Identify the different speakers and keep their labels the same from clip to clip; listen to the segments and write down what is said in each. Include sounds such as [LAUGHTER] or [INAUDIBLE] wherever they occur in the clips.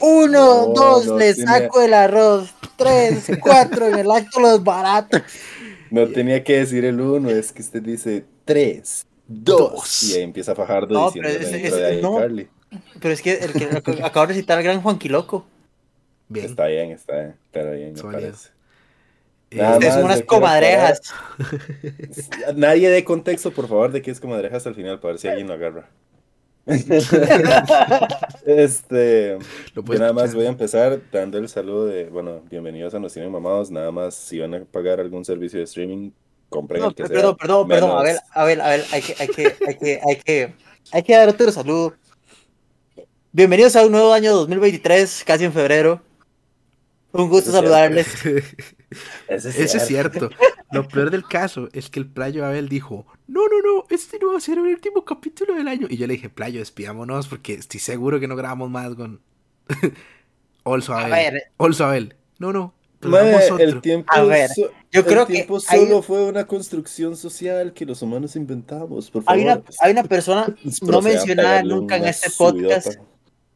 Speaker 1: Uno,
Speaker 2: No,
Speaker 1: dos,
Speaker 2: no
Speaker 1: le
Speaker 2: tiene-
Speaker 1: saco el arroz.
Speaker 2: [LAUGHS]
Speaker 1: Tres, cuatro, y me lacto los baratos.
Speaker 2: No tenía que decir el uno, es que usted dice tres, dos.
Speaker 3: Dos.
Speaker 2: Y ahí empieza Fajardo
Speaker 1: No,
Speaker 2: diciendo
Speaker 1: pero
Speaker 2: la
Speaker 1: ese-
Speaker 2: intro
Speaker 1: ese-
Speaker 2: de ahí,
Speaker 1: no.
Speaker 2: Carly.
Speaker 1: Pero es que el que ac- acabo de citar al gran Juan Quiloco.
Speaker 3: Bien.
Speaker 2: Está bien, está bien, pero bien, me
Speaker 3: Sólido.
Speaker 2: parece.
Speaker 3: Eh,
Speaker 2: Nada
Speaker 1: Ustedes son
Speaker 2: más,
Speaker 1: unas
Speaker 2: yo quiero
Speaker 1: comadrejas.
Speaker 2: Nadie dé contexto, por favor, de qué es comadreja hasta el final, para ver si alguien
Speaker 1: [LAUGHS]
Speaker 2: lo agarra. este,
Speaker 3: lo
Speaker 2: yo
Speaker 3: puedes
Speaker 2: nada más
Speaker 3: escuchar.
Speaker 2: voy a empezar dando el saludo de, bueno, bienvenidos a Nos Tienen Mamados. Nada más, si van a pagar algún servicio de streaming, compren
Speaker 1: No,
Speaker 2: el que
Speaker 1: per-
Speaker 2: sea.
Speaker 1: perdón, perdón, perdón. A ver,
Speaker 2: menos-
Speaker 1: a ver, a ver, hay que, hay que, hay que, hay que, hay que dar otro saludo. Bienvenidos a un nuevo año 2023, casi en febrero. Un gusto
Speaker 2: Eso es
Speaker 1: saludarles.
Speaker 2: Ese es
Speaker 3: Eso es
Speaker 2: cierto.
Speaker 3: cierto. Lo peor del caso es que el Playo Abel dijo, no, no, no, este no va a ser el último capítulo del año. Y yo le dije, Playo, despidámonos porque estoy seguro que no grabamos más con... [LAUGHS] Olso
Speaker 1: A
Speaker 3: Abel.
Speaker 1: ver.
Speaker 3: Olso Abel. No, no.
Speaker 2: Mae,
Speaker 3: grabamos
Speaker 2: el
Speaker 3: otro. [LAUGHS]
Speaker 2: tiempo,
Speaker 1: A ver,
Speaker 2: so-
Speaker 1: Yo
Speaker 2: el
Speaker 1: creo que
Speaker 2: tiempo
Speaker 1: hay,
Speaker 2: solo fue una construcción social que los humanos inventamos, por favor. Pues,
Speaker 1: hay una, hay una persona no mencionada nunca en este podcast.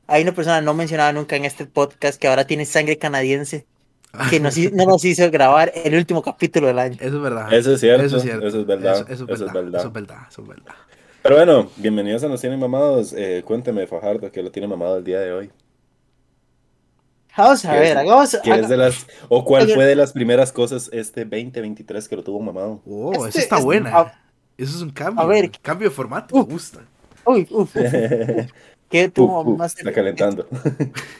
Speaker 1: Hay una persona no mencionada nunca en este podcast que ahora tiene sangre canadiense que nos, hi- no nos hizo grabar el último capítulo del año.
Speaker 3: Eso es verdad.
Speaker 2: Eso es cierto, eso
Speaker 3: Eso es
Speaker 2: es,
Speaker 3: cierto.
Speaker 2: verdad,
Speaker 3: Eso- eso es verdad. Eso es verdad. Eso es verdad.
Speaker 2: Pero bueno, bienvenidos a Nos Tienen Mamados. Eh, cuénteme, Fajardo, que lo tiene mamado el día de hoy.
Speaker 1: Vamos a
Speaker 2: ¿Qué
Speaker 1: ver,
Speaker 2: es-
Speaker 1: hagamos.
Speaker 2: ¿Qué es de las, o cuál
Speaker 1: Oye.
Speaker 2: fue de las primeras cosas este 2023 que lo
Speaker 1: [LAUGHS]
Speaker 2: tuvo mamado?
Speaker 3: Oh, eso
Speaker 1: Este-
Speaker 3: está
Speaker 1: este-
Speaker 3: buena.
Speaker 1: a-
Speaker 3: Eso es un cambio.
Speaker 1: a ver.
Speaker 3: Cambio de formato.
Speaker 1: Uh.
Speaker 3: Me gusta.
Speaker 1: Uy, uf,
Speaker 2: [LAUGHS]
Speaker 1: uf, ¿qué tuvo
Speaker 2: Uh, uh,
Speaker 1: más-
Speaker 2: está calentando.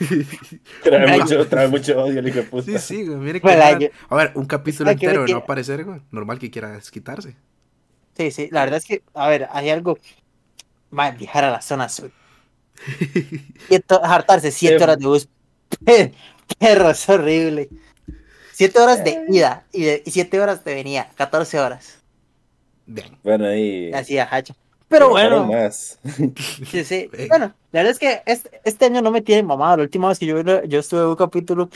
Speaker 2: [LAUGHS] trae, mucho, trae mucho odio, el hijo de puta.
Speaker 3: Sí, sí, güey. Mire que.
Speaker 1: Bueno,
Speaker 3: mal.
Speaker 1: yo-
Speaker 3: A ver, un capítulo
Speaker 1: Ay, qué
Speaker 3: entero de no
Speaker 1: mentira.
Speaker 3: aparecer, güey. Normal que quiera
Speaker 2: [LAUGHS]
Speaker 3: quitarse.
Speaker 1: Sí, sí, la verdad es que, a ver, hay algo mal viajar a la zona sur. Siete- hartarse siete
Speaker 2: Em.
Speaker 1: horas de bus. [LAUGHS] Perro, es horrible. Siete horas de
Speaker 2: Eh.
Speaker 1: ida y, de- y siete horas de venida, 14 horas.
Speaker 3: Bien.
Speaker 2: Bueno, ahí.
Speaker 1: Así a hacha. Pero
Speaker 2: Pasaron
Speaker 1: bueno,
Speaker 2: Más.
Speaker 1: sí, sí.
Speaker 3: Ven.
Speaker 1: Bueno, la verdad es que este, este año no me tiene mamado. La última vez que yo, yo estuve en un capítulo,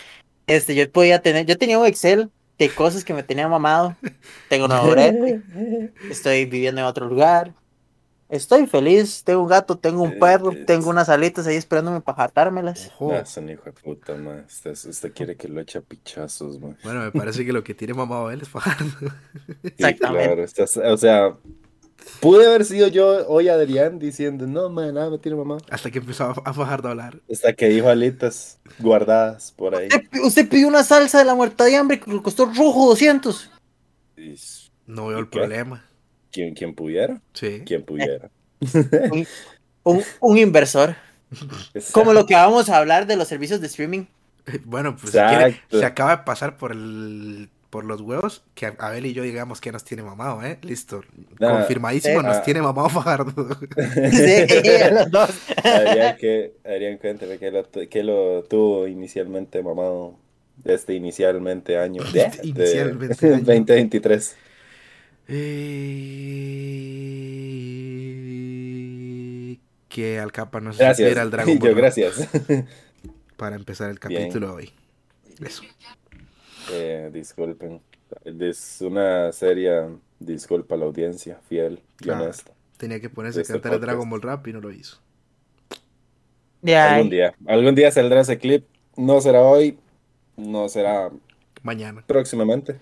Speaker 1: este, yo podía tener, yo tenía un Excel de cosas que me tenía mamado. Tengo
Speaker 2: [LAUGHS]
Speaker 1: una obra estoy viviendo en otro lugar, estoy feliz, tengo un gato, tengo un
Speaker 2: Eh,
Speaker 1: perro,
Speaker 2: eh,
Speaker 1: tengo unas alitas ahí esperándome para jartármelas.
Speaker 3: Ojo.
Speaker 2: No, es un Ah, hijo de puta, man. Usted, usted quiere que lo eche a pichazos, man.
Speaker 3: Bueno, me parece que lo que tiene mamá Abel es Fajardo.
Speaker 2: Sí,
Speaker 1: Exactamente.
Speaker 2: claro, estás- o sea, pude haber sido yo hoy Adrián diciendo, no, man, nada, me tiene mamá.
Speaker 3: [LAUGHS] Hasta que empezó a, a Fajardo a hablar.
Speaker 2: Hasta que dijo alitas guardadas por
Speaker 3: [LAUGHS]
Speaker 2: ahí.
Speaker 1: Usted, usted pidió una salsa de la muerta de hambre que le costó rojo 200.
Speaker 2: Y
Speaker 3: No veo
Speaker 2: ¿Y
Speaker 3: el
Speaker 2: qué?
Speaker 3: problema.
Speaker 2: ¿Quién, quién pudiera?
Speaker 3: Sí.
Speaker 2: ¿Quién pudiera?
Speaker 1: Un, un inversor. Como lo que vamos a hablar de los servicios de
Speaker 2: [LAUGHS]
Speaker 1: streaming.
Speaker 3: [LAUGHS] Bueno, pues si quiere,
Speaker 2: Exacto.
Speaker 3: se acaba de pasar por el por los huevos que Abel y yo digamos que nos tiene mamado, ¿eh? Listo.
Speaker 2: Nah,
Speaker 3: Confirmadísimo,
Speaker 2: eh,
Speaker 3: nos
Speaker 2: ah.
Speaker 3: tiene mamado [LAUGHS] Fajardo.
Speaker 1: Sí, los dos.
Speaker 2: Adrián, que, Adrián, cuéntame que lo, tu- qué lo tuvo inicialmente mamado. Este inicialmente año de, de
Speaker 3: [LAUGHS] Inicialmente año.
Speaker 2: 2023.
Speaker 3: Eh, Que al capa no se
Speaker 2: Gracias. [LAUGHS]
Speaker 3: supiera el Dragon
Speaker 2: Yo,
Speaker 3: Ball, ¿no?
Speaker 2: gracias.
Speaker 3: para empezar el
Speaker 2: Bien.
Speaker 3: capítulo hoy. Eso.
Speaker 2: Eh, disculpen. Es una seria disculpa a la audiencia, fiel y
Speaker 3: Claro.
Speaker 2: honesta.
Speaker 3: Tenía que ponerse a
Speaker 2: Este
Speaker 3: cantar el
Speaker 2: podcast.
Speaker 3: Dragon Ball Rap y no lo hizo.
Speaker 1: Ya, eh.
Speaker 2: Algún día, algún día saldrá ese clip. No será hoy, no será
Speaker 3: Mañana,
Speaker 2: próximamente.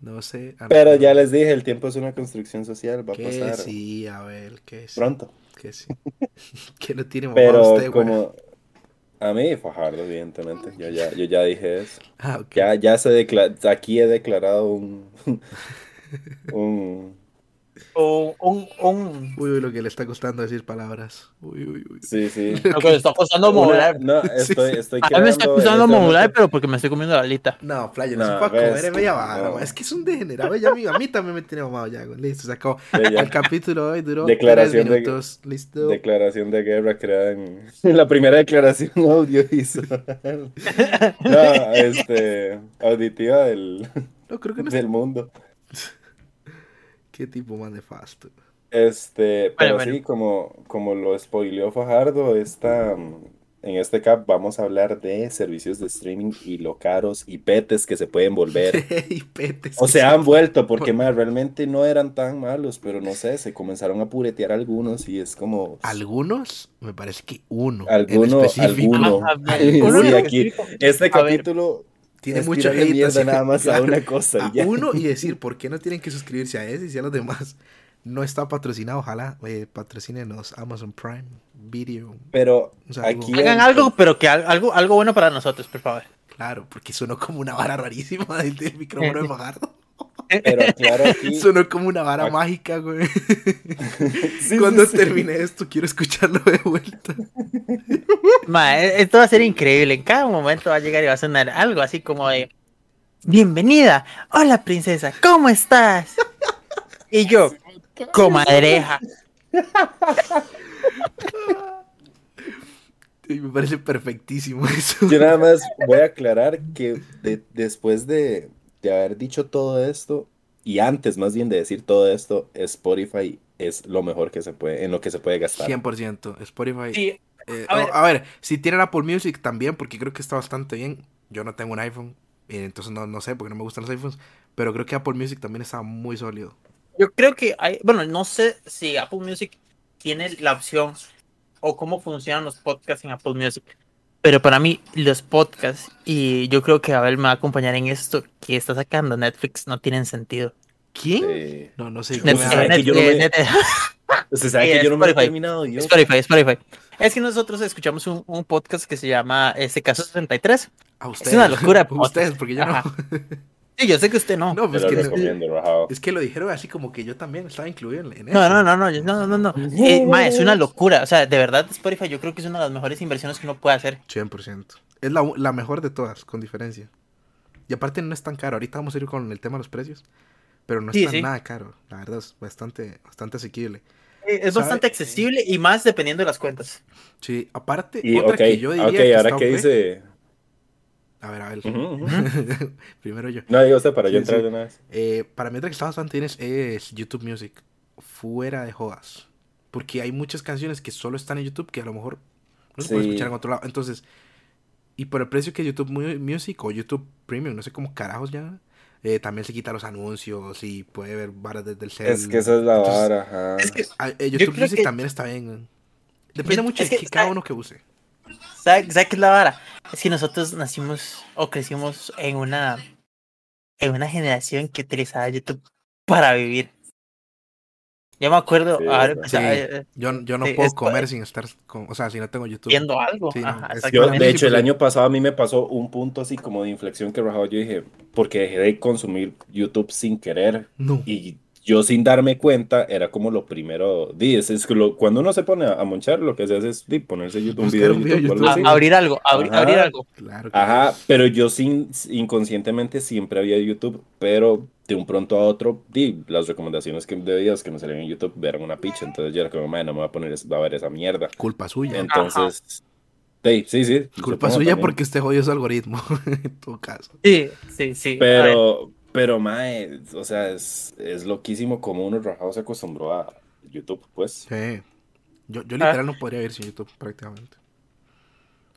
Speaker 3: no sé. a la
Speaker 2: Pero ya
Speaker 3: semana.
Speaker 2: les dije, el tiempo es una construcción social, va a
Speaker 3: Que
Speaker 2: pasar
Speaker 3: sí, Abel, que sí.
Speaker 2: pronto.
Speaker 3: Que sí. [LAUGHS] que no tiene mamado
Speaker 2: Pero
Speaker 3: usted, güey.
Speaker 2: como a mí, Fajardo, evidentemente. Yo ya, yo ya dije eso.
Speaker 3: Ah, ok.
Speaker 2: Ya, ya se decla- aquí he declarado un, [LAUGHS] un
Speaker 1: un, un, un-
Speaker 3: Uy, uy, lo que le está costando decir palabras. Uy, uy, uy.
Speaker 1: [LAUGHS]
Speaker 2: sí, sí.
Speaker 1: Lo que le está costando
Speaker 2: Una-
Speaker 1: modular. [LAUGHS]
Speaker 2: no,
Speaker 3: Sí,
Speaker 2: estoy,
Speaker 3: sí.
Speaker 2: estoy
Speaker 1: A mí me está
Speaker 2: creando en
Speaker 1: costando
Speaker 2: este
Speaker 1: modular,
Speaker 2: momento-
Speaker 1: pero porque me estoy comiendo la alita.
Speaker 3: No, Flayo, no,
Speaker 2: No,
Speaker 3: se puede
Speaker 2: ves,
Speaker 3: comer, es bella vara,
Speaker 2: no.
Speaker 3: ma. Es que es un degenerado, ya, amigo. A mí también me tiene mamado ya, güey. Listo, se acabó.
Speaker 2: Ya, ya.
Speaker 3: El capítulo de hoy duró
Speaker 2: Declaración
Speaker 3: tres
Speaker 2: de-
Speaker 3: minutos. Listo.
Speaker 2: Declaración de guerra creada en [LAUGHS] la primera declaración [LAUGHS] audiovisual. No, este, auditiva del, [LAUGHS]
Speaker 3: No, creo que no es.
Speaker 2: del mundo.
Speaker 3: Qué tipo
Speaker 2: [LAUGHS]
Speaker 3: más nefasto.
Speaker 2: Este, pero
Speaker 1: bueno.
Speaker 2: sí, como, como lo spoileó Fajardo, esta, mm, en este cap vamos a hablar de servicios de streaming y lo caros y petes que se pueden volver.
Speaker 3: [LAUGHS] y petes.
Speaker 2: O
Speaker 3: que
Speaker 2: se
Speaker 3: son-
Speaker 2: han vuelto, porque ma, realmente no eran tan malos, pero no sé, se comenzaron a puretear algunos y es como...
Speaker 3: Algunos, me parece que uno. en
Speaker 2: Alguno,
Speaker 3: específico.
Speaker 2: alguno.
Speaker 1: Ah, ah,
Speaker 2: [LAUGHS] Sí,
Speaker 1: uno en
Speaker 2: aquí, este
Speaker 1: A ver.
Speaker 2: capítulo
Speaker 3: Tiene
Speaker 2: es
Speaker 3: mucho
Speaker 2: tirarle
Speaker 3: hate.
Speaker 2: mierda
Speaker 3: así,
Speaker 2: nada más a
Speaker 3: claro.
Speaker 2: una cosa
Speaker 3: a
Speaker 2: y ya.
Speaker 3: uno
Speaker 2: [LAUGHS]
Speaker 3: y decir por qué no tienen que suscribirse a ese y a los demás. No está patrocinado, ojalá eh, patrocínenos Amazon Prime Video.
Speaker 2: Pero
Speaker 3: O sea,
Speaker 2: aquí...
Speaker 1: Hagan algo, pero que al- algo, algo bueno para nosotros, por favor.
Speaker 3: Claro, porque sonó como una vara rarísima del, del micrófono de Magardo.
Speaker 2: [LAUGHS] Pero claro,
Speaker 3: [LAUGHS]
Speaker 2: aquí...
Speaker 3: Sonó como una vara
Speaker 2: Ac-
Speaker 3: mágica, güey.
Speaker 2: [LAUGHS] Sí,
Speaker 3: Cuando
Speaker 2: sí, sí.
Speaker 3: termine esto, quiero escucharlo de vuelta.
Speaker 1: Ma, e- esto va a ser increíble. En cada momento va a llegar y va a sonar algo así como de Bienvenida, hola princesa, ¿cómo estás? Y yo, comadreja.
Speaker 3: Y me parece perfectísimo eso.
Speaker 2: Yo nada más voy a aclarar que de- después de, de haber dicho todo esto, y antes más bien de decir todo esto, Spotify es lo mejor que se puede, en lo que se puede gastar.
Speaker 3: 100% Spotify.
Speaker 1: Sí,
Speaker 3: Eh,
Speaker 1: A
Speaker 3: o-
Speaker 1: ver.
Speaker 3: a ver, si tienen Apple Music también, porque creo que está bastante bien. Yo no tengo un iPhone, eh, entonces no, no sé, porque no me gustan los iPhones. Pero creo que Apple Music también está muy sólido.
Speaker 1: yo creo que hay, bueno, no sé si Apple Music tiene la opción o cómo funcionan los podcasts en Apple Music. Pero para mí, los podcasts, y yo creo que Abel me va a acompañar en esto que está sacando Netflix, no tienen sentido.
Speaker 3: ¿Quién?
Speaker 2: Sí.
Speaker 3: No, no sé.
Speaker 2: Net-
Speaker 3: güey.
Speaker 1: Netflix,
Speaker 2: sabe que yo no
Speaker 1: Netflix,
Speaker 2: me-
Speaker 1: Netflix.
Speaker 2: Usted sabe
Speaker 1: Sí,
Speaker 2: que yo no me he
Speaker 1: Spotify.
Speaker 2: terminado yo.
Speaker 1: Spotify, Spotify. Es que nosotros escuchamos un, un podcast que se llama este caso 63.
Speaker 3: A ustedes.
Speaker 1: es una locura,
Speaker 3: A [LAUGHS] ustedes, porque yo no.
Speaker 1: Ajá. Sí, yo sé que usted no. No,
Speaker 3: [LAUGHS] No,
Speaker 2: Te
Speaker 3: pues
Speaker 2: lo
Speaker 3: que
Speaker 2: recomiendo, rajado.
Speaker 3: es que lo dijeron así como que yo también estaba incluido en, en eso.
Speaker 1: no, no, no, yo- no, no, no. Eh, ma, es una locura. O sea, de verdad, Spotify yo creo que es una de las mejores inversiones que uno puede hacer.
Speaker 3: 100%. Es la, la mejor de todas, con diferencia. Y aparte no es tan caro. Ahorita vamos a ir con el tema de los precios. Pero no
Speaker 1: Sí,
Speaker 3: está
Speaker 1: sí.
Speaker 3: nada caro. La verdad es bastante, bastante asequible.
Speaker 1: Eh, Es
Speaker 3: ¿Sabe?
Speaker 1: bastante accesible y más dependiendo de las cuentas.
Speaker 3: Sí, aparte,
Speaker 2: Y
Speaker 3: otra
Speaker 2: ok, ah,
Speaker 3: que yo diría
Speaker 2: ok,
Speaker 3: que
Speaker 2: ahora
Speaker 3: está
Speaker 2: que
Speaker 3: OP.
Speaker 2: dice.
Speaker 3: A ver, a ver.
Speaker 2: Ujú, ujú.
Speaker 3: [LAUGHS] Primero yo.
Speaker 2: No, digo usted para yo
Speaker 3: Sí, sí.
Speaker 2: entrar de una vez.
Speaker 3: Eh, para mí otra que está bastante bien es, es YouTube Music. Fuera de jodas. Porque hay muchas canciones que solo están en YouTube que a lo mejor no se pueden
Speaker 2: Sí.
Speaker 3: escuchar en otro lado. Entonces, y por el precio que YouTube Mu- Music o YouTube Premium, no sé cómo carajos ya, eh, también se quita los anuncios y puede ver varas desde el cel.
Speaker 2: Es que esa es la
Speaker 3: Entonces,
Speaker 2: vara, ajá.
Speaker 1: Es que,
Speaker 3: ah, eh, YouTube
Speaker 1: creo
Speaker 3: Music
Speaker 1: que-
Speaker 3: también está bien. güey. Depende
Speaker 1: Yo-
Speaker 3: mucho
Speaker 1: es
Speaker 3: de
Speaker 1: que-
Speaker 3: que cada uno que use.
Speaker 1: ¿sabe, sabe qué es la vara? Es que nosotros nacimos o crecimos en una, en una generación que utilizaba YouTube para vivir. Yo me acuerdo,
Speaker 2: Sí,
Speaker 1: ahora,
Speaker 2: ¿verdad?
Speaker 1: o sea,
Speaker 3: Sí.
Speaker 1: eh,
Speaker 3: Yo, yo no
Speaker 1: Sí,
Speaker 3: puedo
Speaker 1: es pa-
Speaker 3: comer sin estar con, o sea, si no tengo YouTube.
Speaker 1: viendo algo.
Speaker 3: Sí, no,
Speaker 1: Ajá,
Speaker 3: es-
Speaker 2: Yo,
Speaker 1: exactamente.
Speaker 2: de hecho, el
Speaker 3: Sí,
Speaker 2: año pasado a mí me pasó un punto así como de inflexión que rajado. Yo dije, porque dejé de consumir YouTube sin querer.
Speaker 3: No.
Speaker 2: Y yo sin darme cuenta, era como lo primero. Di, es, es que lo- cuando uno se pone a, a monchar, lo que se hace es di, ponerse YouTube, un
Speaker 3: Buscar
Speaker 2: video, de
Speaker 3: un video de
Speaker 2: YouTube o
Speaker 1: A-
Speaker 2: algo
Speaker 3: YouTube.
Speaker 2: así.
Speaker 1: Ah, abrir algo, abri-
Speaker 2: Ajá.
Speaker 1: abrir algo.
Speaker 3: Claro. que
Speaker 2: Ajá,
Speaker 3: sí.
Speaker 2: pero yo sin, inconscientemente siempre había YouTube, pero de un pronto a otro, di, las recomendaciones que de videos que me salían en YouTube eran una picha. Entonces yo era como, "Mae, no me voy a poner es- a ver esa mierda.
Speaker 3: Culpa suya.
Speaker 2: Entonces, di, sí, sí.
Speaker 3: Culpa
Speaker 2: supongo
Speaker 3: suya
Speaker 2: también.
Speaker 3: porque usted jodió su algoritmo, [LAUGHS] en todo caso.
Speaker 1: Sí, sí, sí. a ver,
Speaker 2: Pero, pero, mae, o sea, es, es loquísimo como uno rajado se acostumbró a YouTube, pues.
Speaker 3: Sí. Yo,
Speaker 1: Ah.
Speaker 3: yo literal no podría vivir sin YouTube prácticamente.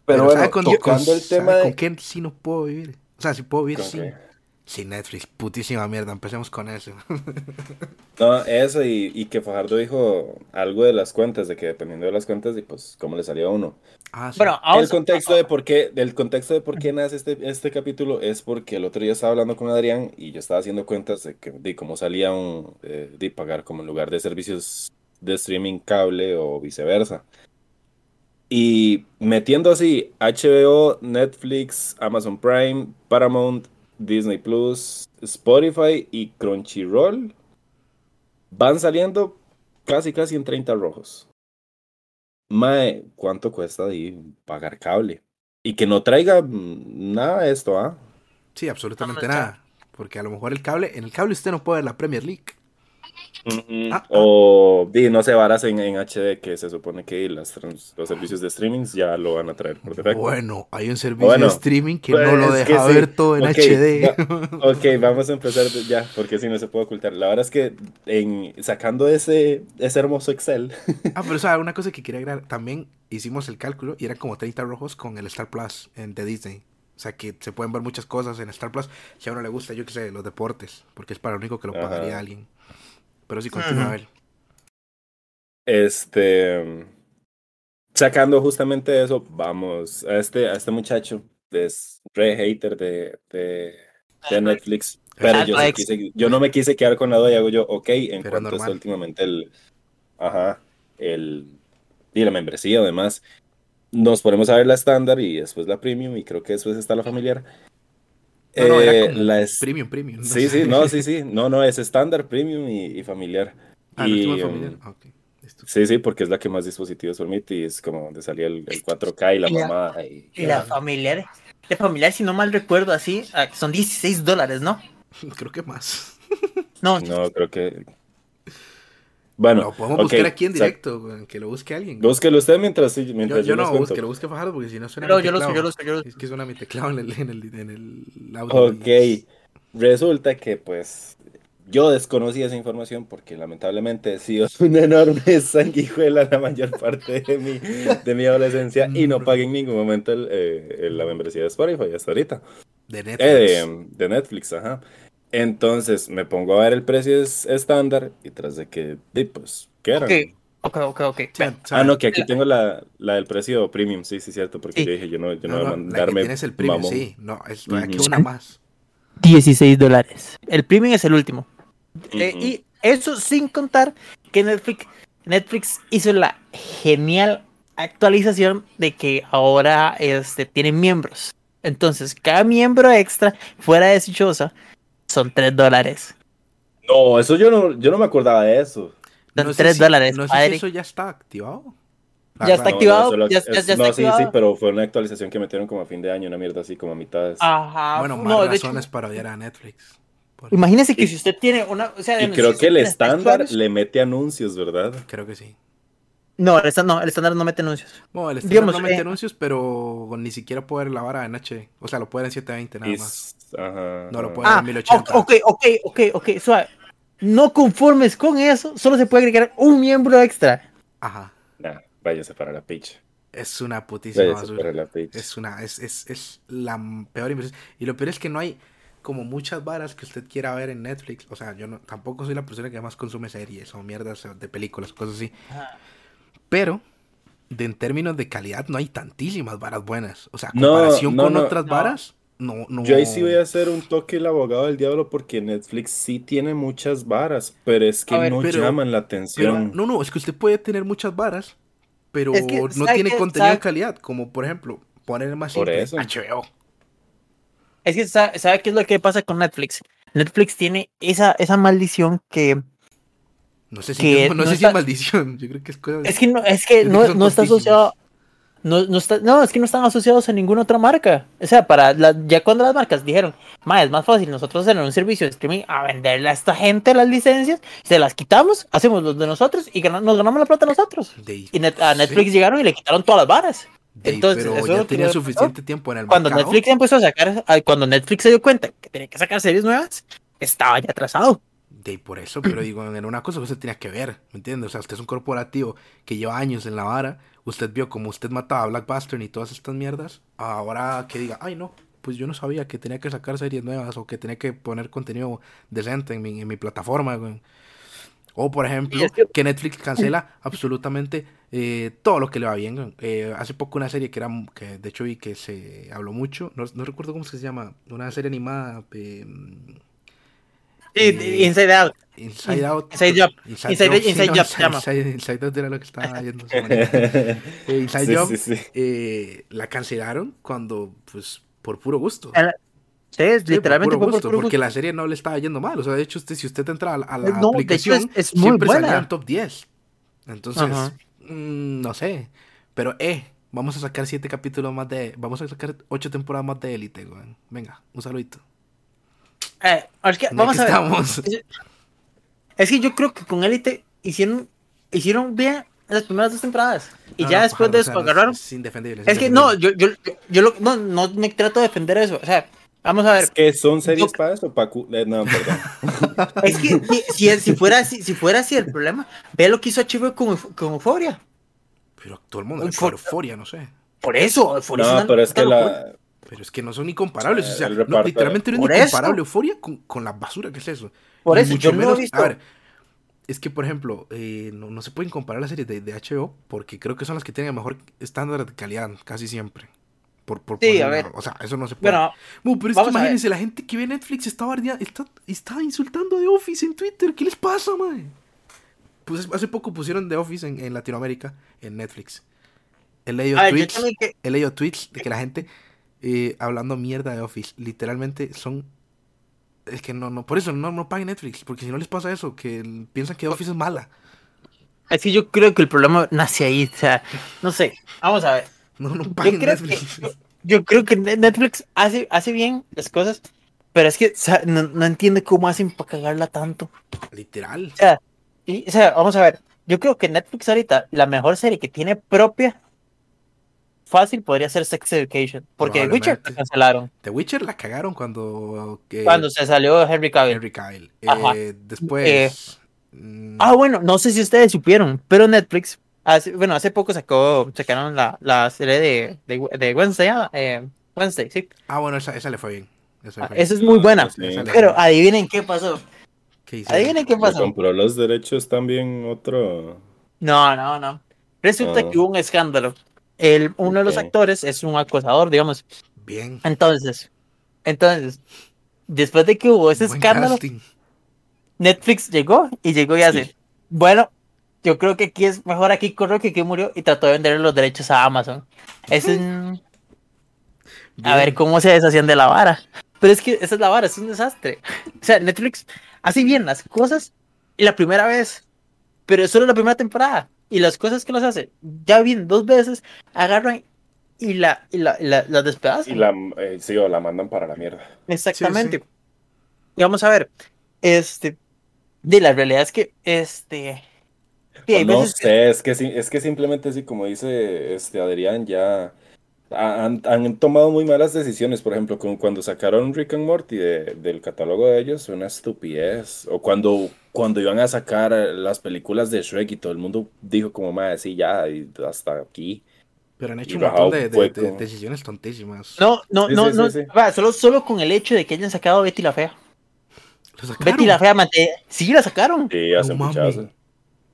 Speaker 2: Pero,
Speaker 3: ¿sabe
Speaker 2: bueno,
Speaker 3: con-
Speaker 2: tocando
Speaker 3: con-
Speaker 2: el tema
Speaker 3: ¿sabe
Speaker 2: de...
Speaker 3: con quién sí no puedo vivir? O sea, sí puedo vivir
Speaker 2: ¿Con
Speaker 3: sin,
Speaker 2: qué?
Speaker 3: sin Netflix. Putísima mierda, empecemos con eso. [LAUGHS]
Speaker 2: No, eso y, y que Fajardo dijo algo de las cuentas, de que dependiendo de las cuentas y pues cómo le salía a uno.
Speaker 3: ah, sí.
Speaker 1: Bueno,
Speaker 2: El
Speaker 1: vamos-
Speaker 2: contexto de por qué, del contexto de por qué nace este, este capítulo es porque el otro día estaba hablando con Adrián y yo estaba haciendo cuentas de, que, de cómo salía un, eh, de pagar como en lugar de servicios de streaming cable o viceversa. Y metiendo así HBO, Netflix, Amazon Prime, Paramount, Disney Plus, Spotify y Crunchyroll, van saliendo casi casi en 30 rojos. Mae, ¿cuánto cuesta de pagar cable? Y que no traiga mm, nada de esto, ¿ah?
Speaker 3: sí, absolutamente
Speaker 1: Vamos a-
Speaker 3: nada. Porque a lo mejor el cable, en el cable usted no puede ver la Premier League.
Speaker 2: Ujú.
Speaker 3: Ah, ah.
Speaker 2: O di, no se varas en, en HD, que se supone que las trans- los servicios de streaming ya lo van a traer por defecto.
Speaker 3: Bueno, hay un servicio
Speaker 2: Bueno,
Speaker 3: de streaming que
Speaker 2: pues,
Speaker 3: no lo
Speaker 2: es que
Speaker 3: deja
Speaker 2: sí.
Speaker 3: ver todo en
Speaker 2: Ok,
Speaker 3: HD. [LAUGHS]
Speaker 2: Ok, vamos a empezar de- ya, porque si no se puede ocultar. La verdad es que en, sacando ese, ese hermoso Excel,
Speaker 3: ah, pero ¿sabes? una cosa que quería agregar, también hicimos el cálculo y eran como 30 rojos con el Star Plus en, de Disney. O sea que se pueden ver muchas cosas en Star Plus. Si a uno le gusta, yo qué sé, los deportes, porque es para lo único que lo
Speaker 2: Ajá.
Speaker 3: pagaría alguien. Pero sí,
Speaker 1: Mm.
Speaker 3: continúa a ver.
Speaker 2: este, sacando justamente eso, vamos a este, a este muchacho, es re hater de, de, de Netflix. Pero yo, sí
Speaker 1: Alex.
Speaker 2: quise- yo no me quise quedar con la duda y hago yo, ok, en
Speaker 3: Pero
Speaker 2: cuanto está
Speaker 3: normal.
Speaker 2: últimamente el, ajá, el, y la membresía además, nos ponemos a ver la estándar y después la premium y creo que después está la familiar.
Speaker 3: No, no,
Speaker 2: Eh,
Speaker 3: era como
Speaker 2: la es-
Speaker 3: premium, premium. no
Speaker 2: Sí,
Speaker 3: sé.
Speaker 2: sí, no, sí, sí. No, no, es estándar, premium y, y familiar.
Speaker 3: [LAUGHS] Ah, el último
Speaker 2: Y,
Speaker 3: es
Speaker 2: um,
Speaker 3: familiar. Ah, ok. Listo. [LAUGHS]
Speaker 2: sí, sí, porque es la que más dispositivos permite y es como donde salía el, el 4K y la
Speaker 1: Y la-
Speaker 2: mamá. Y,
Speaker 1: Y la
Speaker 2: ajá.
Speaker 1: familiar, la familiar, si no mal recuerdo, así, ah, son 16 dólares, ¿no?
Speaker 3: Creo que más.
Speaker 1: No,
Speaker 2: No, creo que. Bueno,
Speaker 3: lo podemos
Speaker 2: ok,
Speaker 3: buscar aquí en
Speaker 2: o sea,
Speaker 3: directo, güey, que lo busque alguien.
Speaker 2: Búsquelo usted mientras, sí,
Speaker 3: Yo,
Speaker 2: mientras yo,
Speaker 3: yo
Speaker 2: les
Speaker 3: no,
Speaker 2: cuento.
Speaker 3: busque, lo busque Fajardo porque si no suena
Speaker 1: yo,
Speaker 3: mi
Speaker 1: yo lo sé,
Speaker 3: teclado.
Speaker 1: yo lo sé, yo lo sé.
Speaker 3: Es que suena mi teclado en el, en el, en el audio.
Speaker 2: Ok, resulta que pues yo desconocía esa información porque lamentablemente he sido [LAUGHS] una enorme sanguijuela la mayor parte de mi, de mi adolescencia y
Speaker 3: Mm.
Speaker 2: no pagué en ningún momento el, eh, la membresía de Spotify hasta ahorita.
Speaker 3: De
Speaker 2: Eh,
Speaker 3: Netflix.
Speaker 2: de, de Netflix, ajá. Entonces me pongo a ver el precio es- estándar y tras de que, di, pues, ¿qué eran?
Speaker 1: Ok, ok, ok, ok.
Speaker 3: Sí,
Speaker 1: Ve,
Speaker 3: o sea,
Speaker 2: Ah, no, que aquí
Speaker 1: La-
Speaker 2: tengo la, la del precio premium, sí, sí, cierto, porque
Speaker 1: Sí.
Speaker 2: yo dije, yo no, yo no, voy
Speaker 3: no,
Speaker 2: a
Speaker 3: no, la que
Speaker 2: mandarme
Speaker 3: tienes el premium,
Speaker 2: mamón.
Speaker 3: sí. No, es todavía
Speaker 2: Ujú.
Speaker 3: queda una más.
Speaker 1: 16 dólares. El premium es el último. Eh,
Speaker 2: Ujú.
Speaker 1: y eso sin contar que Netflix, Netflix hizo la genial actualización de que ahora este, tienen miembros. Entonces, cada miembro extra fuera de su choza son 3 dólares.
Speaker 2: No, eso yo no, yo no me acordaba de eso.
Speaker 1: Son
Speaker 3: No sé
Speaker 1: 3
Speaker 3: si-
Speaker 1: dólares,
Speaker 3: No sé si
Speaker 1: padre.
Speaker 3: eso ya está activado. La
Speaker 1: Ya
Speaker 3: verdad,
Speaker 1: está
Speaker 2: No,
Speaker 1: activado,
Speaker 2: no, eso lo-
Speaker 1: ya- ya- ya
Speaker 2: es-
Speaker 1: está
Speaker 2: no, sí, sí,
Speaker 1: activado.
Speaker 2: pero fue una actualización que metieron como a fin de año, una mierda así como a mitad.
Speaker 1: Ajá.
Speaker 3: Bueno, más
Speaker 1: no, de hecho,
Speaker 3: razones para odiar a Netflix. Por-
Speaker 1: imagínese que
Speaker 2: Y-
Speaker 1: si usted tiene una. O sea,
Speaker 2: Y
Speaker 1: digamos, si
Speaker 2: creo
Speaker 1: usted
Speaker 2: que el
Speaker 1: tiene seis
Speaker 2: estándar
Speaker 1: usuarios-
Speaker 2: le mete anuncios, ¿verdad?
Speaker 3: Creo que sí.
Speaker 1: No, el estándar no, el estándar no mete anuncios.
Speaker 3: Bueno, el estándar
Speaker 1: Digamos,
Speaker 3: no mete
Speaker 1: eh,
Speaker 3: anuncios, pero ni siquiera puede ver la vara en HD. O sea, lo puede ver en 720 nada
Speaker 2: Y-
Speaker 3: más.
Speaker 2: ajá,
Speaker 3: No lo
Speaker 2: ajá.
Speaker 3: puede ver
Speaker 1: Ah,
Speaker 3: en 1080.
Speaker 1: ok, ok, ok, ok, suave. No conformes con eso, solo se puede agregar un miembro extra.
Speaker 3: Ajá.
Speaker 2: Nah, váyase para la pitch.
Speaker 3: Es una putísima
Speaker 2: Váyase para
Speaker 3: basura.
Speaker 2: la pitch.
Speaker 3: Es una, es, es, es la m- peor inversión. Y lo peor es que no hay como muchas varas que usted quiera ver en Netflix. O sea, yo no, tampoco soy la persona que más consume series o mierdas de películas, cosas así. Pero, de, en términos de calidad, no hay tantísimas varas buenas. O sea, a
Speaker 2: No,
Speaker 3: comparación
Speaker 2: no,
Speaker 3: con
Speaker 2: no.
Speaker 3: otras
Speaker 1: No.
Speaker 3: varas, no, no.
Speaker 2: Yo ahí sí voy a hacer un toque el abogado del diablo porque Netflix sí tiene muchas varas, pero es que
Speaker 1: A ver,
Speaker 2: no
Speaker 3: pero-
Speaker 2: llaman la
Speaker 3: Pero,
Speaker 2: atención. [LAUGHS]
Speaker 3: no, no, es que usted puede tener muchas varas, pero
Speaker 1: Es que,
Speaker 3: no
Speaker 1: ¿sabe
Speaker 3: tiene
Speaker 1: qué?
Speaker 3: contenido de
Speaker 1: ¿Sabe?
Speaker 3: calidad. Como, por ejemplo, poner más
Speaker 2: Por
Speaker 3: simple,
Speaker 2: eso.
Speaker 3: HBO.
Speaker 1: Es que, sa- ¿sabe, qué es lo que pasa con Netflix? Netflix tiene esa, esa maldición que
Speaker 3: No sé si,
Speaker 1: Que
Speaker 3: no, no
Speaker 1: no
Speaker 3: sé si
Speaker 1: está-
Speaker 3: es maldición. [LAUGHS] Yo creo que es cosa de-
Speaker 1: es que no, es que
Speaker 3: Es que
Speaker 1: no,
Speaker 3: son
Speaker 1: no está
Speaker 3: tontísimos.
Speaker 1: asociado. No, no, está, no, es que no están asociados a ninguna otra marca. O sea, para la- ya cuando las marcas dijeron, "Ma, es más fácil nosotros hacer un servicio de streaming a venderle a esta gente las licencias, se las quitamos, hacemos los de nosotros y gana- nos ganamos la plata nosotros.
Speaker 3: de-
Speaker 1: Y net- a
Speaker 3: sí,
Speaker 1: Netflix llegaron y le quitaron todas las varas.
Speaker 3: de-
Speaker 1: entonces,
Speaker 3: pero
Speaker 1: eso
Speaker 3: ya
Speaker 1: es lo que
Speaker 3: tenía
Speaker 1: yo-
Speaker 3: suficiente tiempo en el
Speaker 1: Cuando
Speaker 3: mercado.
Speaker 1: Netflix empezó a sacar, ah, cuando Netflix se dio cuenta que tenía que sacar series nuevas, estaba ya atrasado.
Speaker 3: De por eso, pero digo, en una cosa que usted tenía que ver, ¿me entiende? O sea, usted es un corporativo que lleva años en la vara, usted vio como usted mataba a Black Blackbuster y todas estas mierdas, ahora que diga, ay no, pues yo no sabía que tenía que sacar series nuevas o que tenía que poner contenido decente en mi, en mi plataforma, güey. O por ejemplo,
Speaker 1: Y es que-
Speaker 3: que Netflix cancela absolutamente eh, todo lo que le va bien. güey. Eh, hace poco una serie que era, que de hecho vi que se habló mucho, no, no recuerdo cómo es que se llama, una serie animada... eh,
Speaker 1: Sí,
Speaker 3: Y-
Speaker 1: Inside Out.
Speaker 3: Inside Out.
Speaker 1: Inside Job.
Speaker 3: Inside,
Speaker 1: Inside-
Speaker 3: Job, sí,
Speaker 1: Inside
Speaker 3: no,
Speaker 1: Job se
Speaker 3: Inside,
Speaker 1: llama.
Speaker 3: Inside- Inside Out era lo
Speaker 1: [LAUGHS]
Speaker 3: que estaba yendo. Eh, Inside
Speaker 2: Sí,
Speaker 3: Job
Speaker 2: sí, sí.
Speaker 3: eh, la cancelaron cuando, pues, por puro gusto.
Speaker 1: Ah, Sí, es-
Speaker 3: Sí,
Speaker 1: literalmente fue
Speaker 3: por puro
Speaker 1: por
Speaker 3: gusto,
Speaker 1: puro gusto.
Speaker 3: porque
Speaker 1: Eh,
Speaker 3: la serie no le estaba yendo mal. O sea, de hecho, usted, si usted entra a la, a la
Speaker 1: No, de hecho,
Speaker 3: aplicación,
Speaker 1: es, es muy
Speaker 3: siempre salía
Speaker 1: buena.
Speaker 3: en top 10. Entonces,
Speaker 1: Ajá.
Speaker 3: mm, no sé. Pero, eh, vamos a sacar siete capítulos más de. Vamos a sacar ocho temporadas más de Elite, weón. Venga, un saludito.
Speaker 1: Eh, ahora es que,
Speaker 3: En el
Speaker 1: vamos
Speaker 3: que
Speaker 1: a ver.
Speaker 3: estamos.
Speaker 1: Es que yo creo que con Elite hicieron, hicieron bien las primeras dos temporadas. [LAUGHS] Y
Speaker 3: No,
Speaker 1: ya
Speaker 3: no,
Speaker 1: después
Speaker 3: pájaro,
Speaker 1: de
Speaker 3: o
Speaker 1: eso
Speaker 3: sea, no,
Speaker 1: agarraron.
Speaker 3: Es indefendible. es
Speaker 1: Es que no,
Speaker 3: indefendible.
Speaker 1: yo, yo, yo lo- no, no me trato de defender eso. O sea, vamos a ver.
Speaker 2: Es que son series
Speaker 1: Yo-
Speaker 2: para eso, para cu- eh,
Speaker 1: [LAUGHS]
Speaker 2: no, perdón.
Speaker 1: Es
Speaker 3: [LAUGHS]
Speaker 1: que si, si, si fuera así, si fuera así el problema, ve lo que hizo HBO con, Euf- con Euforia.
Speaker 3: Pero todo el mundo,
Speaker 1: Un
Speaker 3: es
Speaker 1: for-
Speaker 3: euforia, no sé.
Speaker 1: Por eso, Euphoria es
Speaker 2: No,
Speaker 1: una-
Speaker 2: pero es que
Speaker 1: una locura.
Speaker 2: la.
Speaker 3: Pero es que no son ni comparables. O sea,
Speaker 2: El
Speaker 3: no-
Speaker 2: reparto-
Speaker 3: literalmente no es
Speaker 1: Por
Speaker 3: ni
Speaker 1: eso.
Speaker 3: comparable euforia con, con la basura que es eso.
Speaker 1: Por
Speaker 3: Y
Speaker 1: eso,
Speaker 3: mucho
Speaker 1: yo no lo he
Speaker 3: menos-
Speaker 1: visto.
Speaker 3: A ver, es que, por ejemplo, eh, no, no se pueden comparar las series de, de HBO porque creo que son las que tienen el mejor estándar de calidad casi siempre. Por, por
Speaker 1: Sí,
Speaker 3: poner
Speaker 1: a
Speaker 3: una-
Speaker 1: ver.
Speaker 3: O sea, eso no se puede.
Speaker 1: Bueno,
Speaker 3: Mu, pero es que
Speaker 1: vamos a ver.
Speaker 3: imagínense, la gente que ve Netflix está, bardea- está, está insultando de Office en Twitter. ¿Qué les pasa, madre? Pues hace poco pusieron The Office en, en Latinoamérica, en Netflix. He leído
Speaker 1: a ver, yo
Speaker 3: tweets
Speaker 1: también que.
Speaker 3: he leído tweets de que la gente eh, hablando mierda de Office, literalmente son... Es que no, no, por eso no, no paguen Netflix, porque si no les pasa eso, que el- piensan que Office es mala. [LAUGHS]
Speaker 1: Es que yo creo que el problema nace ahí. O sea, no sé. Vamos a ver.
Speaker 3: No, no paguen
Speaker 1: creo
Speaker 3: Netflix.
Speaker 1: que- Yo creo que Ne- Netflix hace, hace bien las cosas, pero es que o sea, no, no entiende cómo hacen para cagarla tanto.
Speaker 3: [LAUGHS] Literal.
Speaker 1: O sea, y, o sea, vamos a ver. Yo creo que Netflix ahorita, la mejor serie que tiene propia, fácil podría ser Sex Education. Porque The Witcher la
Speaker 3: Probablemente.
Speaker 1: cancelaron
Speaker 3: The Witcher la cagaron cuando... eh,
Speaker 1: cuando se salió Henry Cavill.
Speaker 3: Henry Cavill.
Speaker 1: Ajá.
Speaker 3: Eh, después... mm,
Speaker 1: Ah, bueno, no sé si ustedes supieron, pero Netflix, hace, bueno, hace poco sacó, sacaron la, la serie de, de, de Wednesday, ah, eh, Wednesday, sí.
Speaker 3: ah, bueno, esa, esa le fue bien. Esa le
Speaker 1: Ah,
Speaker 3: fue bien.
Speaker 1: Esa es muy buena.
Speaker 2: Sí,
Speaker 3: Esa le fue
Speaker 1: Pero
Speaker 3: bien.
Speaker 1: adivinen qué pasó.
Speaker 3: ¿Qué hicieron?
Speaker 1: Adivinen qué
Speaker 2: se
Speaker 1: pasó.
Speaker 2: compró los derechos también otro.
Speaker 1: No, no, no. Resulta
Speaker 2: Ah.
Speaker 1: que hubo un escándalo. El, uno de los
Speaker 2: Ok.
Speaker 1: actores es un acosador, digamos.
Speaker 3: Bien.
Speaker 1: Ah, Entonces, entonces, después de que hubo ese
Speaker 3: Buen
Speaker 1: escándalo,
Speaker 3: casting.
Speaker 1: Netflix llegó y llegó y hace,
Speaker 2: Sí.
Speaker 1: bueno, yo creo que aquí es mejor aquí corro que aquí murió y trató de vender los derechos a Amazon. Es
Speaker 3: [LAUGHS]
Speaker 1: un- a
Speaker 3: Bien.
Speaker 1: ver cómo se deshacían de la vara. Pero es que esa es la vara, es un desastre. O sea, Netflix hace bien las cosas y la primera vez, pero es solo la primera temporada. Y las cosas que los hace, ya bien dos veces, agarran y la, y la, y la- las despedazan.
Speaker 2: Y la, eh, sí, o la mandan para la mierda.
Speaker 1: Exactamente. Y vamos a ver, este, de la realidad es que, este, sí, hay
Speaker 2: Pues no
Speaker 1: veces que-
Speaker 2: sé, es que, sí- es que simplemente así como dice este Adrián, ya ha- han, han tomado muy malas decisiones. Por ejemplo, con, cuando sacaron Rick and Morty de- del catálogo de ellos, fue una estupidez. O cuando, cuando iban a sacar eh, las películas de Shrek y todo el mundo dijo como, madre, sí, ya, y hasta aquí.
Speaker 3: Pero han hecho
Speaker 2: y
Speaker 3: un montón
Speaker 2: bajado
Speaker 3: de, de-
Speaker 2: fue
Speaker 3: de
Speaker 2: como-
Speaker 3: decisiones tontísimas.
Speaker 1: no, no,
Speaker 2: Sí,
Speaker 1: no,
Speaker 2: sí,
Speaker 1: no,
Speaker 2: sí, sí.
Speaker 1: va, solo, solo con el hecho de que hayan sacado a Betty la Fea.
Speaker 3: Lo sacaron.
Speaker 1: Betty la Fea, mante- sí, la sacaron.
Speaker 2: Sí, hacen
Speaker 3: mames.
Speaker 2: puchazo.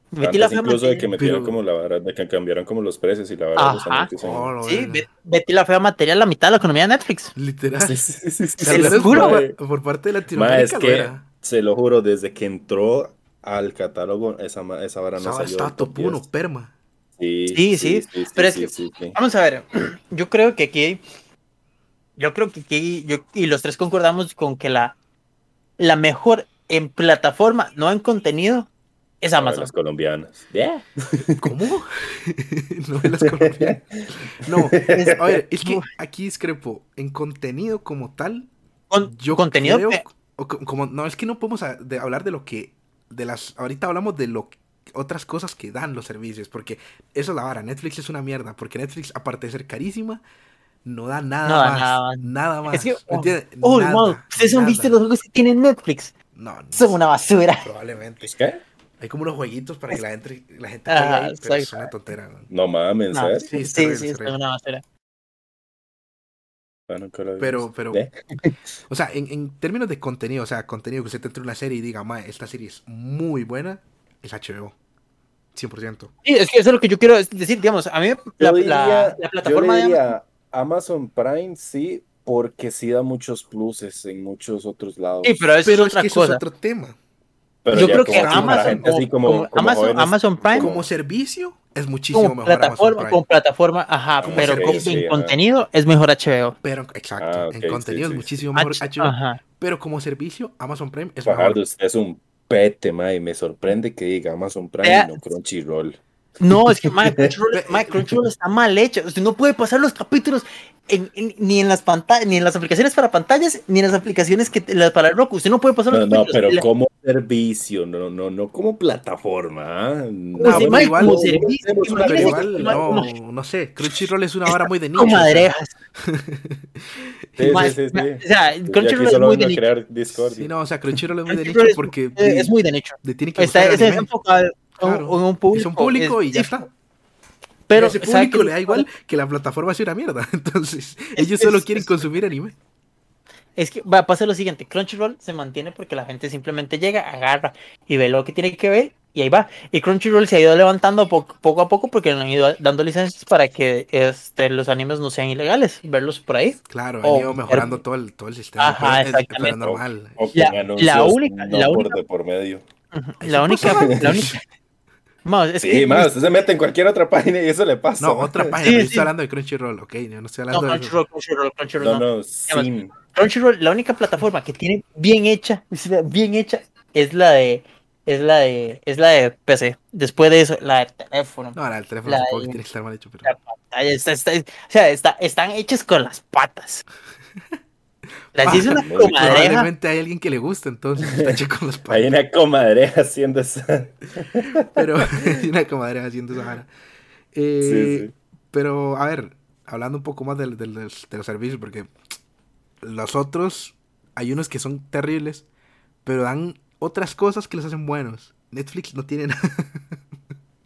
Speaker 1: Betty
Speaker 2: Antes
Speaker 1: la Fea,
Speaker 2: incluso de
Speaker 1: mante-
Speaker 2: que metieron
Speaker 3: Pero-
Speaker 2: como la vara, de que cambiaron como los precios y la vara de los
Speaker 1: Ajá.
Speaker 2: amortizan.
Speaker 3: Oh, la
Speaker 1: sí,
Speaker 3: verga.
Speaker 1: Be- Betty la Fea materia la mitad de la economía de Netflix.
Speaker 3: Literal.
Speaker 2: Sí,
Speaker 3: [LAUGHS]
Speaker 2: sí, sí, sí,
Speaker 3: O
Speaker 2: sí,
Speaker 3: sea,
Speaker 1: Se
Speaker 2: sí,
Speaker 3: lo
Speaker 1: los
Speaker 2: sí,
Speaker 3: eres
Speaker 1: juro,
Speaker 2: mae.
Speaker 3: por, por parte de Latinoamérica.
Speaker 2: Ma, es
Speaker 3: lo
Speaker 2: que,
Speaker 3: era.
Speaker 2: se lo juro, desde que entró al catálogo, esa, ma- esa vara no
Speaker 3: Estaba,
Speaker 2: salió.
Speaker 3: estaba
Speaker 2: del top
Speaker 3: top 1,
Speaker 2: 10.
Speaker 1: [LAUGHS]
Speaker 3: perma.
Speaker 2: Sí,
Speaker 1: Sí, sí, pero es que- Ah,
Speaker 2: sí, sí.
Speaker 1: Vamos a ver, [CLEARS THROAT] yo creo que aquí, yo creo que aquí, yo, y los tres concordamos con que la, la mejor en plataforma, no en contenido, es Amazon.
Speaker 2: Las colombianas.
Speaker 3: ¿Cómo? [LAUGHS] Novelas colombianas. No, a ver, es que aquí discrepo. En contenido como tal,
Speaker 1: Con-
Speaker 3: yo
Speaker 1: contenido
Speaker 3: creo-
Speaker 1: que-
Speaker 3: o co- como, no, es que no podemos a- de hablar de lo que. de las Ahorita hablamos de lo otras cosas que dan los servicios, porque eso es la vara. Netflix es una mierda, porque Netflix, aparte de ser carísima, no da nada
Speaker 1: No da
Speaker 3: más.
Speaker 1: nada más.
Speaker 3: Nada más.
Speaker 1: Es que,
Speaker 3: ¿me
Speaker 1: oh,
Speaker 3: entiendes?
Speaker 1: Oh,
Speaker 3: Nada,
Speaker 1: hermano, ustedes han
Speaker 3: nada.
Speaker 1: visto los juegos que tiene Netflix.
Speaker 3: No, no
Speaker 1: Son
Speaker 3: sé,
Speaker 1: una basura.
Speaker 3: Probablemente.
Speaker 2: ¿Qué?
Speaker 3: Hay como unos jueguitos para que la gente, la gente
Speaker 1: Ajá,
Speaker 3: juegue ahí, pero
Speaker 1: Ah,
Speaker 3: es
Speaker 1: exacto.
Speaker 3: una tontera. ¿no?
Speaker 2: No mames,
Speaker 1: No,
Speaker 2: ¿sabes?
Speaker 3: Sí,
Speaker 1: sí,
Speaker 3: es
Speaker 1: sí,
Speaker 3: terrible, es
Speaker 1: son una basura.
Speaker 2: Ah, nunca lo había
Speaker 3: Pero,
Speaker 2: visto.
Speaker 3: pero,
Speaker 2: ¿Eh?
Speaker 3: o sea, en, en términos de contenido, o sea, contenido que usted te entre una serie y diga, ma, esta serie es muy buena, es HBO. 100%.
Speaker 1: Sí, es que eso es lo que yo quiero decir, digamos, a mí la,
Speaker 2: Yo
Speaker 1: la-
Speaker 2: diría-
Speaker 1: la
Speaker 2: yo
Speaker 1: plataforma
Speaker 2: le
Speaker 1: de Amazon,
Speaker 2: diría Amazon Prime sí, porque sí da muchos pluses en muchos otros lados.
Speaker 1: sí, pero eso
Speaker 3: Pero
Speaker 1: es
Speaker 3: es
Speaker 1: otra
Speaker 3: que eso es
Speaker 1: cosa.
Speaker 3: otro tema.
Speaker 2: Pero
Speaker 1: yo
Speaker 2: ya
Speaker 1: creo que
Speaker 2: como para
Speaker 1: Amazon,
Speaker 2: gente así
Speaker 1: como,
Speaker 2: como-
Speaker 1: como
Speaker 2: como
Speaker 1: Amazon,
Speaker 2: jóvenes,
Speaker 1: Amazon Prime,
Speaker 3: Como servicio, es muchísimo
Speaker 1: como
Speaker 3: mejor
Speaker 1: plataforma,
Speaker 3: Amazon Prime.
Speaker 1: con plataforma, ajá,
Speaker 2: Como
Speaker 1: pero
Speaker 2: servicio,
Speaker 1: con-
Speaker 2: sí,
Speaker 1: en
Speaker 2: ajá.
Speaker 1: contenido es mejor HBO.
Speaker 3: Pero, exacto,
Speaker 2: Ah, ok,
Speaker 3: en
Speaker 2: sí,
Speaker 3: contenido
Speaker 2: sí,
Speaker 3: es
Speaker 2: sí.
Speaker 3: muchísimo mejor
Speaker 1: H-
Speaker 3: HBO.
Speaker 1: Ajá.
Speaker 3: Pero como servicio, Amazon Prime es mejor.
Speaker 2: Fajardo, usted es un pete, mae. Me sorprende que diga Amazon Prime
Speaker 1: Vea.
Speaker 2: y no Crunchyroll.
Speaker 3: [LAUGHS]
Speaker 1: No, es que Mike Crunchyroll, Mike Crunchyroll está mal hecho. Usted no puede pasar los capítulos en- en- ni en las pantallas, ni en las aplicaciones para pantallas, ni en las aplicaciones que te- las para el Roku. Usted no puede pasar
Speaker 2: No,
Speaker 1: los
Speaker 2: no,
Speaker 1: puños.
Speaker 2: pero
Speaker 1: La-
Speaker 2: como servicio, no, no, no como plataforma. ¿ah?
Speaker 1: Como
Speaker 2: No,
Speaker 1: Pues si-
Speaker 2: no,
Speaker 1: igual,
Speaker 2: no,
Speaker 1: como servicio,
Speaker 2: tenemos una
Speaker 1: imagínese
Speaker 3: Pero
Speaker 2: ley.
Speaker 3: igual, no, no sé. Crunchyroll es una vara muy de nicho. o sea,
Speaker 1: comadrejas.
Speaker 2: Sí,
Speaker 1: Ma-
Speaker 2: sí, sí, sí.
Speaker 1: O sea,
Speaker 2: Y
Speaker 1: Crunchyroll
Speaker 2: aquí
Speaker 1: es
Speaker 2: solo
Speaker 1: muy
Speaker 2: vengo
Speaker 1: de
Speaker 2: a
Speaker 1: nicho.
Speaker 2: crear Discord.
Speaker 3: Sí, no, o sea, Crunchyroll es muy de nicho
Speaker 1: Crunchyroll es-
Speaker 3: porque
Speaker 1: eh,
Speaker 3: di-
Speaker 1: es muy de nicho.
Speaker 3: le tiene que
Speaker 1: Está,
Speaker 3: gustar el
Speaker 1: está
Speaker 3: anime.
Speaker 1: enfocado en-
Speaker 3: Claro.
Speaker 1: en un público.
Speaker 3: Es un público y ya
Speaker 1: específico.
Speaker 3: está.
Speaker 1: Pero
Speaker 3: a ese
Speaker 1: ¿sabe qué
Speaker 3: público
Speaker 1: es
Speaker 3: le
Speaker 1: lo
Speaker 3: da igual que la plataforma sea una mierda. [LAUGHS] Entonces,
Speaker 1: Es-
Speaker 3: ellos solo
Speaker 1: es-
Speaker 3: quieren
Speaker 1: es-
Speaker 3: consumir anime.
Speaker 1: Es que va a pasar lo siguiente, Crunchyroll se mantiene porque la gente simplemente llega, agarra y ve lo que tiene que ver y ahí va. Y Crunchyroll se ha ido levantando po- poco a poco porque le han ido dando licencias para que este, los animes no sean ilegales, verlos por ahí.
Speaker 3: Claro,
Speaker 1: Oh,
Speaker 3: han ido mejorando
Speaker 1: pero-
Speaker 3: todo el, todo el sistema.
Speaker 1: Ajá,
Speaker 3: pero es- pero es
Speaker 1: exactamente.
Speaker 3: normal.
Speaker 2: O con
Speaker 1: La- la
Speaker 2: anuncios
Speaker 1: única-
Speaker 2: no
Speaker 1: la
Speaker 2: por
Speaker 1: única-
Speaker 2: de por medio.
Speaker 1: La
Speaker 3: pues,
Speaker 1: única, la única, Más, es
Speaker 2: Sí,
Speaker 1: que- [LAUGHS]
Speaker 2: más, usted se mete en cualquier otra página y eso le pasa.
Speaker 3: No, otra página.
Speaker 1: Sí,
Speaker 3: pero yo
Speaker 1: sí.
Speaker 3: estoy hablando de Crunchyroll, ok. Yo no estoy
Speaker 1: no,
Speaker 3: hablando de. eso.
Speaker 1: Crunchyroll, Crunchyroll, Crunchyroll,
Speaker 2: No,
Speaker 1: no.
Speaker 2: no, sin.
Speaker 1: Crunchyroll, la única plataforma que tiene bien hecha, es la- bien hecha, es la de, es la de, es la de PC. Después de eso, la de teléfono.
Speaker 3: No, ahora el teléfono
Speaker 1: La-
Speaker 3: supongo que tiene que estar mal hecho, pero.
Speaker 1: La pantalla está- está- o sea, está- están hechas con las patas. Las hizo una
Speaker 2: Ah, muy
Speaker 1: comadreja.
Speaker 3: Probablemente hay alguien que le gusta, entonces
Speaker 1: [LAUGHS]
Speaker 3: está hecho con los
Speaker 2: Hay
Speaker 3: padres.
Speaker 2: una comadreja [LAUGHS] haciendo eso.
Speaker 1: [LAUGHS]
Speaker 3: Pero [LAUGHS] hay una comadre haciendo esa vara. Eh,
Speaker 2: Sí, sí.
Speaker 3: Pero, a ver, hablando un poco más del, del, del- de los servicios, porque los otros, hay unos que son terribles, pero dan otras cosas que los hacen buenos. Netflix no tiene nada.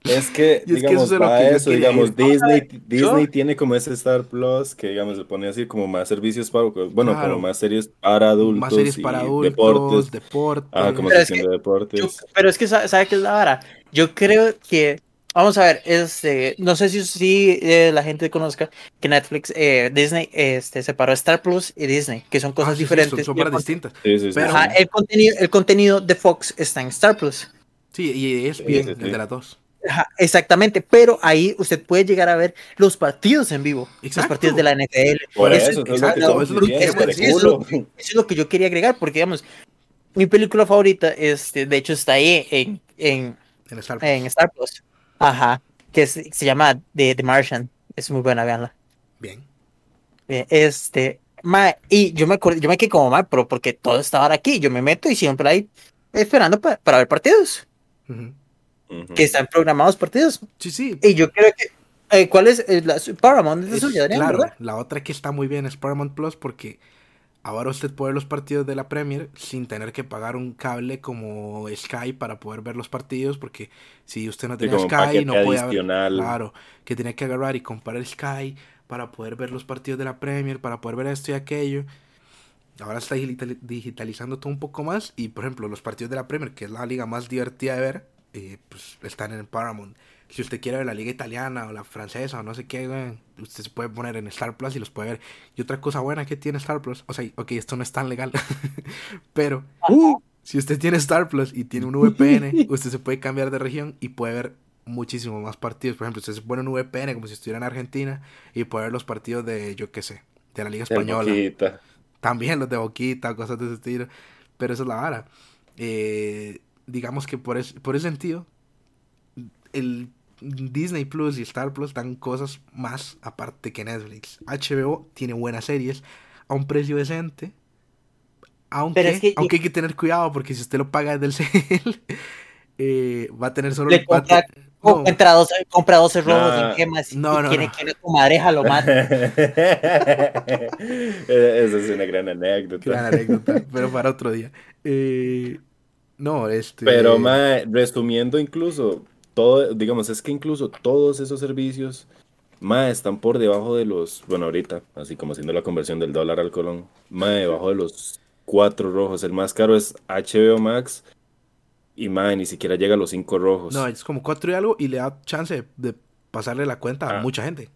Speaker 2: Es que,
Speaker 3: [LAUGHS] Y es que
Speaker 2: digamos,
Speaker 3: eso es lo
Speaker 2: va a
Speaker 3: que yo
Speaker 2: eso,
Speaker 3: quería
Speaker 2: digamos,
Speaker 3: ir.
Speaker 2: Disney,
Speaker 1: yo-
Speaker 2: Disney tiene como ese Star Plus que, digamos, le pone así como más servicios para, bueno,
Speaker 3: Claro.
Speaker 2: como más series para adultos
Speaker 3: Más series para
Speaker 2: y deportes.
Speaker 3: adultos, deportes.
Speaker 2: Ah, como
Speaker 1: Pero
Speaker 2: sección
Speaker 1: es que
Speaker 2: de deportes.
Speaker 1: Yo-
Speaker 3: pues.
Speaker 1: pero es que, sa- ¿sabe qué es la vara? Yo creo que, vamos a ver, este, no sé si, si eh, la gente conozca que Netflix, eh, Disney, este, separó Star Plus y Disney, que son cosas
Speaker 3: Ah, sí, sí, son-
Speaker 1: diferentes.
Speaker 3: son
Speaker 1: Y el
Speaker 3: varas
Speaker 1: con-
Speaker 3: distintas.
Speaker 2: Sí, sí, sí,
Speaker 3: Pero-
Speaker 1: Ajá,
Speaker 2: sí.
Speaker 1: el contenido, el contenido de Fox está en Star Plus.
Speaker 3: Sí, y es
Speaker 2: Sí,
Speaker 3: bien,
Speaker 2: sí,
Speaker 3: el
Speaker 2: sí.
Speaker 3: de las dos.
Speaker 1: Ajá, exactamente, pero ahí usted puede llegar a ver los partidos en vivo, los
Speaker 3: Exacto.
Speaker 1: partidos de la NFL.
Speaker 2: Por
Speaker 1: Eso-
Speaker 2: eso, eso es lo que
Speaker 1: exacto,
Speaker 2: estamos
Speaker 3: eso es lo que
Speaker 2: diciendo,
Speaker 3: queremos
Speaker 1: decir,
Speaker 2: culo.
Speaker 1: [LAUGHS] Eso es lo que yo quería agregar, porque digamos, mi película favorita, este, de hecho, está ahí en, en,
Speaker 3: En Star Plus.
Speaker 1: en Star Plus. Ajá. Que es- se llama The, The Martian. Es muy buena, veanla.
Speaker 3: Bien.
Speaker 1: Este, ma, y yo me acuerdo, yo me quedé como mal, pero porque todo estaba ahora aquí. Yo me meto y siempre ahí esperando pa- para ver partidos,
Speaker 3: Ujú.
Speaker 2: Ujú.
Speaker 3: Mm.
Speaker 1: que están programados partidos.
Speaker 3: Sí, sí.
Speaker 1: Y yo creo que. eh, ¿Cuál es eh, la, su- Paramount? Es la
Speaker 3: Es-
Speaker 1: suya, Adrián,
Speaker 3: claro,
Speaker 1: ¿verdad?
Speaker 3: la otra que está muy bien es Paramount Plus porque ahora usted puede ver los partidos de la Premier sin tener que pagar un cable como Sky para poder ver los partidos porque si usted no
Speaker 2: Sí,
Speaker 3: tenía
Speaker 2: como un
Speaker 3: Sky
Speaker 2: paquete
Speaker 3: no podía ver,
Speaker 2: adicional. [LAUGHS]
Speaker 3: claro, que tenía que agarrar y comprar el Sky para poder ver los partidos de la Premier, para poder ver esto y aquello. Ahora está digitali- digitalizando todo un poco más y por ejemplo los partidos de la Premier, que es la liga más divertida de ver, eh, pues están en Paramount. Si usted quiere ver la liga italiana o la francesa o no sé qué, güey, usted se puede poner en Star Plus y los puede ver. Y otra cosa buena que tiene Star Plus, o sea, ok, esto no es tan legal, [LAUGHS] pero uh, si usted tiene Star Plus y tiene un VPN, usted se puede cambiar de región y puede ver muchísimo más partidos. Por ejemplo, usted se pone un VPN como si estuviera en Argentina y puede ver los partidos de, yo qué sé, de la Liga
Speaker 2: Del
Speaker 3: Española
Speaker 2: Boquita.
Speaker 3: también los de boquita, cosas de ese estilo. Pero esa es la vara. Eh, digamos que por, es- por ese sentido, el Disney Plus y Star Plus dan cosas más aparte que Netflix. HBO tiene buenas series a un precio decente. Aunque,
Speaker 1: Pero es que-
Speaker 3: aunque hay que tener cuidado porque si usted lo paga desde el [LAUGHS] cel, eh, va a tener solo...
Speaker 1: Le
Speaker 3: va a te- no,
Speaker 1: Compra 12, compra 12 robos
Speaker 2: Ah,
Speaker 1: en gemas y
Speaker 3: no, no,
Speaker 1: quiere
Speaker 3: no.
Speaker 1: que tu madreja lo
Speaker 3: [LAUGHS]
Speaker 1: mate.
Speaker 2: Eh, [LAUGHS] Esa es una gran anécdota.
Speaker 3: gran anécdota, pero para otro día. Eh, no, este...
Speaker 2: Pero, mae, resumiendo incluso, todo, digamos, es que incluso todos esos servicios, mae, están por debajo de los, bueno, ahorita, así como haciendo la conversión del dólar al colón, mae, debajo de los cuatro rojos. El más caro es HBO Max y, mae, ni siquiera llega a los cinco rojos.
Speaker 3: No, es como cuatro y algo y le da chance de, de pasarle la cuenta a
Speaker 2: Ah.
Speaker 3: mucha gente.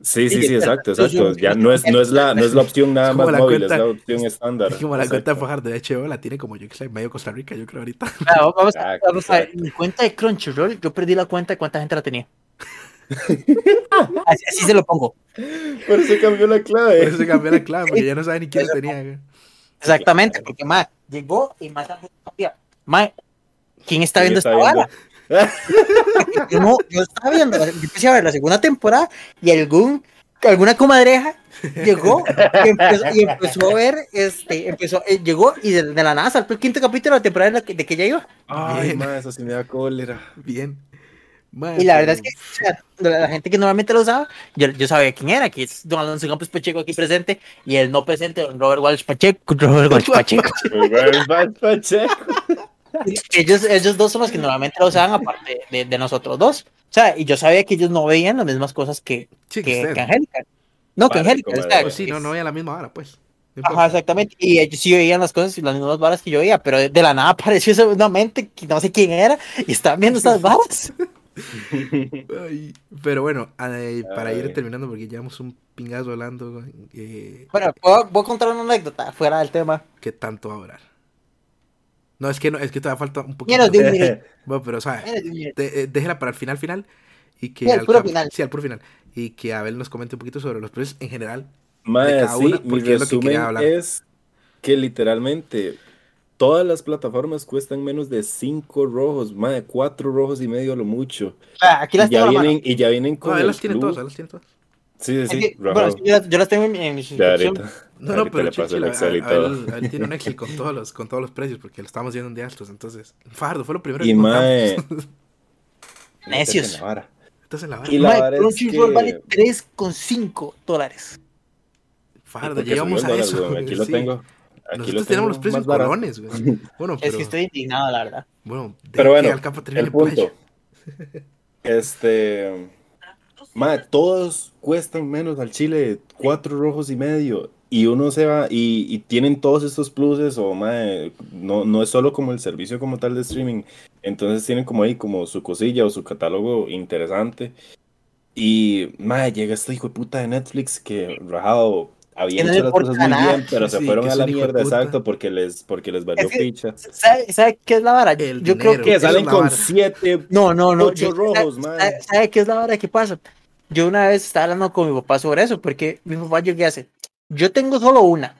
Speaker 2: Sí, sí,
Speaker 1: Oye,
Speaker 2: sí,
Speaker 1: espera,
Speaker 2: exacto,
Speaker 1: yo- yo-
Speaker 2: exacto. Ya no es, no es la, no es la opción nada
Speaker 3: Es como
Speaker 2: más
Speaker 3: la
Speaker 2: móvil,
Speaker 3: cuenta-
Speaker 2: es la opción estándar.
Speaker 3: Es como la cuenta de
Speaker 2: Exacto.
Speaker 3: Fajardo de HBO la tiene como yo que sé, medio Costa Rica, yo creo ahorita.
Speaker 1: Claro, vamos, a-
Speaker 2: Exacto,
Speaker 1: vamos a ver,
Speaker 2: exacto.
Speaker 1: mi cuenta de Crunchyroll, yo perdí la cuenta de cuánta gente la tenía. así, así se lo pongo.
Speaker 2: Por eso cambió la
Speaker 3: Por
Speaker 2: clave.
Speaker 3: eso se cambió la clave, porque ya no sabe ni
Speaker 2: [LAUGHS]
Speaker 3: quién lo tenía. güey.
Speaker 1: Exactamente, porque más llegó y más la gente sabía. Ma, ¿quién está viendo esta vara? Yo, no- yo estaba viendo, yo empecé a ver la segunda temporada y algún alguna comadreja llegó y empezó, y empezó a ver, este, empezó, eh, llegó y de, de la nada saltó el quinto capítulo de la temporada en la que- de que ya iba.
Speaker 2: Ay,
Speaker 3: Bien.
Speaker 2: más, así me da cólera.
Speaker 3: Bien. Mae,
Speaker 1: Y la
Speaker 3: pero-
Speaker 1: verdad es que o sea, la, la gente que normalmente lo usaba, yo, yo sabía quién era, que es don Alonso Campos Pacheco aquí presente y el no presente, don Robert Walsh Pacheco. Robert
Speaker 3: [LAUGHS]
Speaker 1: Walsh Pacheco.
Speaker 2: Pues,
Speaker 1: ellos, ellos dos son los que normalmente lo usaban aparte de, de nosotros dos. O sea, y yo sabía que ellos no veían las mismas cosas que,
Speaker 3: Sí, que
Speaker 1: que,
Speaker 3: usted.
Speaker 1: que Angélica. No, que
Speaker 2: Vale,
Speaker 1: Angélica.
Speaker 2: como
Speaker 1: o sea,
Speaker 2: de-
Speaker 3: Pues sí, no, no veía la misma hora, pues. No
Speaker 1: Ajá,
Speaker 3: importa.
Speaker 1: exactamente. Y ellos sí veían las cosas y las mismas varas que yo veía, pero de, de la nada [LAUGHS] apareció seguramente que no sé quién era y estaban viendo esas
Speaker 3: [LAUGHS]
Speaker 1: varas.
Speaker 3: Ay, pero bueno, ay, para ir
Speaker 2: Ay.
Speaker 3: terminando, porque llevamos un pingazo hablando, güey, eh,
Speaker 1: Bueno, puedo, voy a contar una anécdota fuera del tema.
Speaker 3: ¿qué tanto va a durar? No, es que no, es que todavía falta un poquito.
Speaker 1: Menos de un minuto.
Speaker 3: Bueno, pero, o sea,
Speaker 1: menos de un minuto.
Speaker 3: de- eh, déjela para el final, final. Y que
Speaker 1: Sí, al
Speaker 3: al
Speaker 1: puro
Speaker 3: cap-
Speaker 1: final.
Speaker 3: Sí, al puro final. Y que Abel nos comente un poquito sobre los precios en general. De
Speaker 2: Mae,
Speaker 3: cada
Speaker 2: sí,
Speaker 3: una,
Speaker 2: mi
Speaker 3: porque es lo que quería
Speaker 2: resumen
Speaker 3: hablar.
Speaker 2: es que literalmente todas las plataformas cuestan menos de 5 rojos, mae, 4 rojos y medio a lo mucho.
Speaker 1: O sea, Ah, aquí las
Speaker 2: Y ya
Speaker 1: tengo a la mano.
Speaker 2: vienen, y ya vienen
Speaker 3: No,
Speaker 2: con
Speaker 3: Abel
Speaker 2: el
Speaker 3: las tiene
Speaker 2: plus.
Speaker 3: todas, ¿eh? Abel las tiene todas.
Speaker 2: Sí, sí,
Speaker 1: Es
Speaker 2: sí,
Speaker 1: que, bueno,
Speaker 2: rajado.
Speaker 1: es que yo, las- yo las tengo en, en mi
Speaker 2: Ya
Speaker 1: suscripción.
Speaker 2: ahorita.
Speaker 3: No, no,
Speaker 2: Ahorita
Speaker 3: pero
Speaker 2: le paso
Speaker 3: chichila,
Speaker 2: el Excel y
Speaker 3: Abel-
Speaker 2: todo.
Speaker 3: Abel tiene un
Speaker 2: [LAUGHS]
Speaker 3: Excel con todos los, con todos los precios, porque lo estábamos viendo un día estos, entonces. Fardo, fue lo primero
Speaker 2: Y
Speaker 3: que contamos.
Speaker 2: mae.
Speaker 1: Necios.
Speaker 2: la vara.
Speaker 3: Estás en la vara.
Speaker 2: Y la
Speaker 1: Mike,
Speaker 2: vara es
Speaker 1: Crunchyroll
Speaker 2: que-
Speaker 1: vale 3,5 dólares.
Speaker 3: Fardo,
Speaker 2: porque
Speaker 3: llegamos
Speaker 2: subió
Speaker 3: a
Speaker 2: el dólar,
Speaker 3: eso.
Speaker 2: weón, Aquí
Speaker 3: [LAUGHS] güey,
Speaker 2: lo
Speaker 3: sí.
Speaker 2: tengo. Aquí
Speaker 3: Nosotros
Speaker 2: lo
Speaker 3: tenemos
Speaker 2: tengo
Speaker 3: los precios
Speaker 2: más barato. [LAUGHS]
Speaker 3: colones, güey. Bueno, pero,
Speaker 1: Es que estoy indignado, la verdad.
Speaker 3: bueno, de
Speaker 2: Pero bueno,
Speaker 3: que al campo termine
Speaker 2: El punto.
Speaker 3: playa.
Speaker 2: Este. Madre, todos cuestan menos al Chile, cuatro rojos y medio. Y uno se va y, y tienen todos estos pluses, o madre, no, no es solo como el servicio como tal de streaming. Entonces tienen como ahí como su cosilla o su catálogo interesante. Y madre, llega este hijo de puta de Netflix que rajado había
Speaker 1: Que no le
Speaker 2: hecho las cosas
Speaker 1: importa
Speaker 2: muy
Speaker 1: nada.
Speaker 2: bien, pero se
Speaker 3: Sí,
Speaker 2: fueron
Speaker 3: que
Speaker 2: a
Speaker 3: es
Speaker 2: la
Speaker 3: un hijo de
Speaker 2: mierda,
Speaker 3: puta.
Speaker 2: exacto, porque les, porque les valió
Speaker 1: Es que-
Speaker 2: picha.
Speaker 1: ¿Sabe, sabe qué es la vara?
Speaker 3: El
Speaker 1: yo creo
Speaker 3: dinero.
Speaker 1: que.
Speaker 2: Que salen
Speaker 3: la
Speaker 2: con
Speaker 3: vara.
Speaker 2: siete
Speaker 1: No, no, no.
Speaker 2: Ocho
Speaker 1: yo-
Speaker 2: rojos,
Speaker 1: ¿sabe-
Speaker 2: man.
Speaker 1: ¿sabe, sabe qué es la vara que pasa? Yo una vez estaba hablando con mi papá sobre eso, porque mi papá yo qué hace. Yo tengo solo una.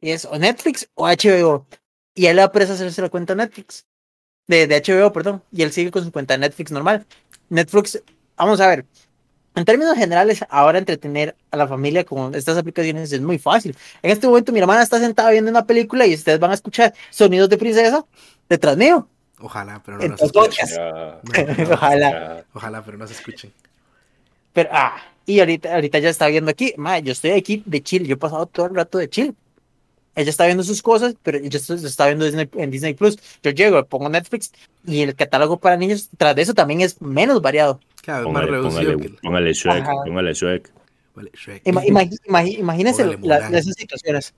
Speaker 1: Y es o Netflix o HBO. Y a él le da pereza hacerse la cuenta Netflix. De, de HBO, perdón. Y él sigue con su cuenta Netflix normal. Netflix, vamos a ver. En términos generales, ahora entretener a la familia con estas aplicaciones es muy fácil. En este momento mi hermana está sentada viendo una película y ustedes van a escuchar sonidos de princesa detrás mío.
Speaker 3: Ojalá, pero no
Speaker 1: En
Speaker 3: nos
Speaker 1: tu
Speaker 3: escuchen.
Speaker 1: podcast.
Speaker 2: Ya,
Speaker 3: No,
Speaker 1: [LAUGHS]
Speaker 3: no,
Speaker 1: Ojalá.
Speaker 2: ya.
Speaker 3: Ojalá, pero no se escuchen.
Speaker 1: Pero, ah, y ahorita, ahorita ya está viendo aquí, ma, yo estoy aquí de Chile, yo he pasado todo el rato de Chile. Ella está viendo sus cosas, pero yo estoy, yo estaba viendo Disney- en Disney Plus. Yo llego, pongo Netflix y el catálogo para niños, tras de eso también es menos variado.
Speaker 3: Cada vez más
Speaker 4: Póngale,
Speaker 3: reducido
Speaker 4: póngale,
Speaker 3: que.
Speaker 4: póngale Shrek,
Speaker 1: Ajá.
Speaker 4: póngale Shrek.
Speaker 3: Vale, Shrek. [LAUGHS]
Speaker 1: Ima- imagi- imagi- imagínense
Speaker 3: Órale,
Speaker 1: la-
Speaker 3: Mulan.
Speaker 1: esas situaciones.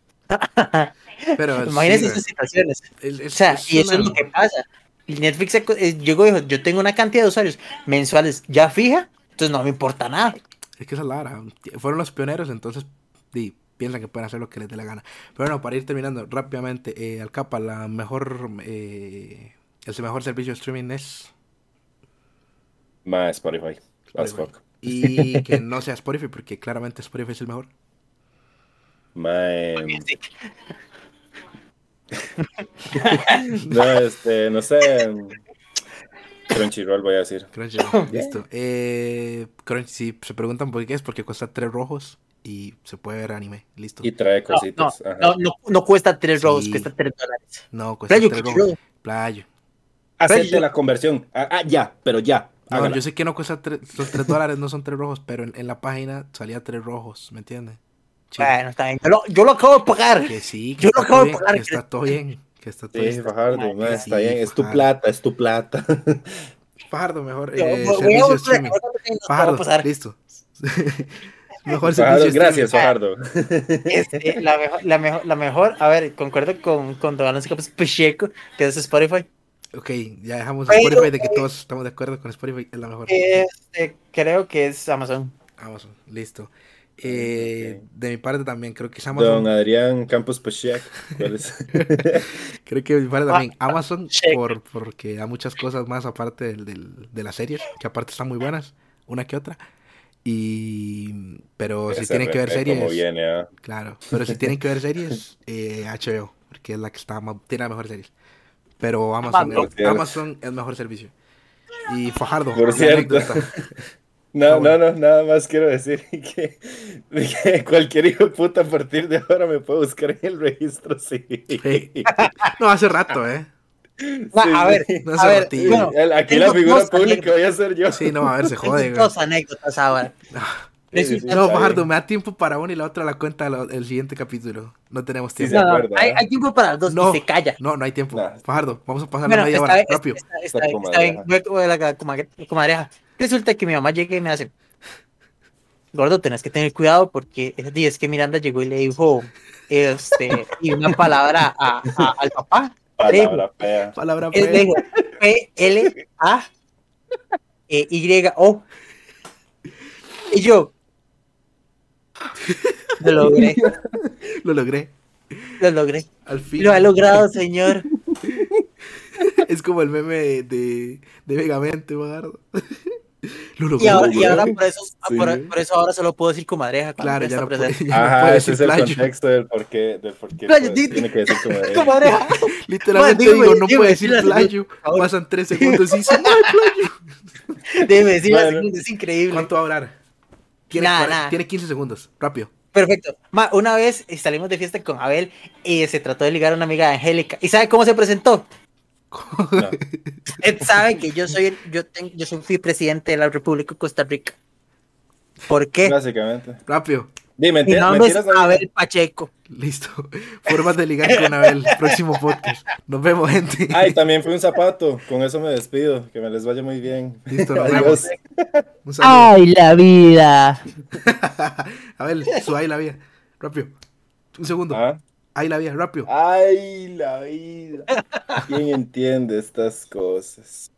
Speaker 3: Pero
Speaker 1: imagínense
Speaker 3: sí,
Speaker 1: esas situaciones.
Speaker 3: el- el-
Speaker 1: O sea, y eso es
Speaker 3: una-
Speaker 1: lo que pasa. Y Netflix se co- eh, llegó y dijo, yo tengo una cantidad de usuarios mensuales ya fija, entonces no me importa nada.
Speaker 3: Es que esa es la vara. Fueron los pioneros, entonces di, piensan que pueden hacer lo que les dé la gana. Pero bueno, para ir terminando rápidamente, eh, Al Capa, la mejor, eh, el mejor servicio de streaming
Speaker 1: [LAUGHS]
Speaker 3: es.
Speaker 2: Ma, Spotify. As
Speaker 3: Spotify.
Speaker 2: fuck.
Speaker 3: Y que no sea Spotify, porque claramente Spotify es el mejor.
Speaker 2: Ma, em, [LAUGHS] no, este, no sé. em, Crunchyroll voy a decir.
Speaker 3: Crunchyroll, listo. Eh, Crunch, si se preguntan por qué es, porque cuesta tres rojos y se puede ver anime, listo.
Speaker 2: Y trae
Speaker 1: No, no,
Speaker 2: cositas. ajá.
Speaker 1: no, no, no cuesta 3
Speaker 3: Sí.
Speaker 1: robos, cuesta 3 dólares.
Speaker 3: No, cuesta
Speaker 1: Playo,
Speaker 3: tres
Speaker 1: Crunchyroll.
Speaker 3: rojos. Playo.
Speaker 2: Hacete
Speaker 1: Pero-
Speaker 2: la conversión. Ah, ah, ya, pero ya.
Speaker 3: No,
Speaker 2: hágala.
Speaker 3: yo sé que no cuesta tres, los tres dólares, no son tres rojos, pero en, en la página salía tres rojos, ¿me entiendes? Chido.
Speaker 1: Bueno, está bien. Yo lo, yo lo acabo de pagar.
Speaker 3: Que sí, que
Speaker 1: Ah. Yo
Speaker 3: está
Speaker 1: lo acabo
Speaker 3: todo
Speaker 1: de
Speaker 3: bien,
Speaker 1: pagar,
Speaker 3: que
Speaker 1: que-
Speaker 3: está todo bien, que está todo
Speaker 2: Sí,
Speaker 3: bien.
Speaker 2: Fajardo, ma, está
Speaker 3: pues, Sí,
Speaker 2: bien. Es tu
Speaker 3: Fajardo.
Speaker 2: plata, es tu plata.
Speaker 3: Fajardo, mejor
Speaker 1: Yo voy-
Speaker 3: eh,
Speaker 1: voy a
Speaker 3: servicio de
Speaker 1: buscar
Speaker 3: streaming.
Speaker 1: algo que nos pueda
Speaker 3: Fajardo,
Speaker 1: pasar.
Speaker 3: listo. [LAUGHS] mejor
Speaker 2: Fajardo,
Speaker 3: servicio de
Speaker 2: gracias,
Speaker 3: streaming.
Speaker 2: Fajardo.
Speaker 1: Este, la, mejor, la, mejor, la mejor, a ver, concuerdo con, con Don Alonso Campos pues, Pacheco, que es Spotify.
Speaker 3: Ok, ya dejamos
Speaker 1: Pero-
Speaker 3: Spotify de que todos estamos de acuerdo con Spotify, es la mejor.
Speaker 1: Este, creo que es Amazon.
Speaker 3: Amazon, listo. Eh,
Speaker 2: Ok.
Speaker 3: De mi parte también, creo que es Amazon.
Speaker 2: Don Adrián Campos Pacheco. ¿Cuál es?
Speaker 3: Creo que de mi parte también Amazon,
Speaker 1: check.
Speaker 3: por, porque da muchas cosas más aparte del, del- de las series, que aparte están muy buenas, una que otra. Y,
Speaker 2: [LAUGHS]
Speaker 3: pero si
Speaker 2: Ese
Speaker 3: tienen Pues que ver
Speaker 2: refe, Como
Speaker 3: series,
Speaker 2: viene, ah.
Speaker 3: Claro, pero si tienen que
Speaker 2: [LAUGHS]
Speaker 3: ver series, eh, HBO, porque es la que está más- tiene las mejores series. Pero Amazon,
Speaker 2: Por
Speaker 3: es-
Speaker 2: cierto.
Speaker 3: Amazon es el mejor servicio. Y Fajardo,
Speaker 2: Por
Speaker 3: la
Speaker 2: cierto.
Speaker 3: anécdota.
Speaker 2: No, no, no, nada más quiero decir [LAUGHS] que, que cualquier hijo de puta a partir de ahora me puede buscar en el registro civil. [LAUGHS]
Speaker 3: Sí. No, hace rato, ¿eh?
Speaker 1: Va,
Speaker 2: Sí,
Speaker 1: a ver,
Speaker 2: sí.
Speaker 3: [LAUGHS] No
Speaker 1: a
Speaker 3: se
Speaker 1: ver,
Speaker 2: [LAUGHS]
Speaker 3: motive.
Speaker 1: bueno,
Speaker 2: El- Aquí
Speaker 1: tengo
Speaker 2: la figura
Speaker 1: dos
Speaker 2: pública
Speaker 1: anécdotas,
Speaker 2: voy a ser yo.
Speaker 3: Sí, no, a ver, se jode,
Speaker 1: tengo
Speaker 3: güey.
Speaker 1: dos anécdotas ahora.
Speaker 2: [LAUGHS] sí,
Speaker 1: Resulta-
Speaker 2: está
Speaker 3: No,
Speaker 2: bien.
Speaker 3: Fajardo, me da tiempo para una y la otra la cuenta la- el siguiente capítulo. No tenemos
Speaker 2: Sí,
Speaker 3: tiempo.
Speaker 2: se
Speaker 1: no, no,
Speaker 2: acuerda,
Speaker 1: hay,
Speaker 2: ¿eh?
Speaker 1: hay tiempo para los dos,
Speaker 3: No.
Speaker 1: y se calla.
Speaker 3: No, no hay tiempo.
Speaker 2: Nah.
Speaker 3: Fajardo, vamos a pasar
Speaker 1: Bueno,
Speaker 3: la media
Speaker 1: esta
Speaker 3: hora,
Speaker 1: vez-
Speaker 3: rápido.
Speaker 1: esta- esta
Speaker 2: Está
Speaker 1: vez-
Speaker 2: como
Speaker 1: esta vez
Speaker 2: madreja.
Speaker 1: voy como la ca- comadre- comadreja. Resulta que mi mamá llega y me hace, gordo, tenés que tener cuidado porque ese día es que Miranda llegó y le dijo, este, y una palabra a- a- al papá.
Speaker 2: Palabra fea.
Speaker 3: Palabra
Speaker 1: Él
Speaker 3: fea.
Speaker 1: le dijo, P-L-A-Y-O. E, Y yo, lo logré,
Speaker 3: Lo logré.
Speaker 1: lo logré.
Speaker 3: Al fin.
Speaker 1: Lo ha logrado, señor.
Speaker 3: Es como el meme de, de, de Megamente, Fajardo. [LAUGHS] Lo logré.
Speaker 1: Y ahora, y
Speaker 2: logré.
Speaker 1: ahora por, eso,
Speaker 2: Sí.
Speaker 1: por, por eso ahora solo puedo decir comadreja. cuando
Speaker 3: Claro, ya
Speaker 1: está
Speaker 3: no, puede,
Speaker 1: presente.
Speaker 3: ya no
Speaker 2: Ajá,
Speaker 3: puede
Speaker 2: ese
Speaker 3: decir
Speaker 2: es el
Speaker 3: playo. [LAUGHS]
Speaker 2: contexto del por qué. Del por qué
Speaker 1: Playo,
Speaker 2: pues,
Speaker 1: di-
Speaker 2: tiene que decir como de-
Speaker 1: Comadreja. [LAUGHS]
Speaker 3: Literalmente
Speaker 1: Bueno, dime,
Speaker 3: digo, no
Speaker 1: dime,
Speaker 3: puede decir
Speaker 1: dime, [LAUGHS]
Speaker 3: playo.
Speaker 1: por favor.
Speaker 3: Pasan tres segundos
Speaker 1: [LAUGHS]
Speaker 3: y dice, no hay playo.
Speaker 1: Déjeme decir la
Speaker 2: Bueno.
Speaker 1: segunda, es increíble.
Speaker 3: ¿Cuánto va a hablar? Tiene,
Speaker 1: Nada,
Speaker 3: cuare-
Speaker 1: nada.
Speaker 3: tiene 15 segundos, rápido.
Speaker 1: Perfecto. Ma, una vez eh, salimos de fiesta con Abel y se trató de ligar a una amiga de Angélica. ¿Y sabe cómo se presentó?
Speaker 2: No.
Speaker 1: Él sabe que yo soy el- yo ten- yo soy, fui presidente de la República de Costa Rica. ¿Por qué?
Speaker 2: [LAUGHS] Básicamente.
Speaker 3: Rápido.
Speaker 2: Dime,
Speaker 1: Mi
Speaker 2: mentira,
Speaker 1: nombre es
Speaker 2: mentiras. ¿sabes?
Speaker 1: Abel Pacheco.
Speaker 3: Listo. [LAUGHS] Formas de ligar con Abel. Próximo podcast. Nos vemos, gente.
Speaker 2: Ay, ah, también fue un zapato. Con eso me despido. Que me les vaya muy bien.
Speaker 3: [LAUGHS] Listo, nos vemos.
Speaker 2: [LAUGHS] Adiós.
Speaker 3: Un saludo.
Speaker 1: la vida.
Speaker 3: [LAUGHS] Abel, su ahí la vía. Rápido. Un segundo.
Speaker 2: Ah.
Speaker 3: Ahí la vía, rápido.
Speaker 2: Ay, la vida. ¿Quién entiende estas cosas?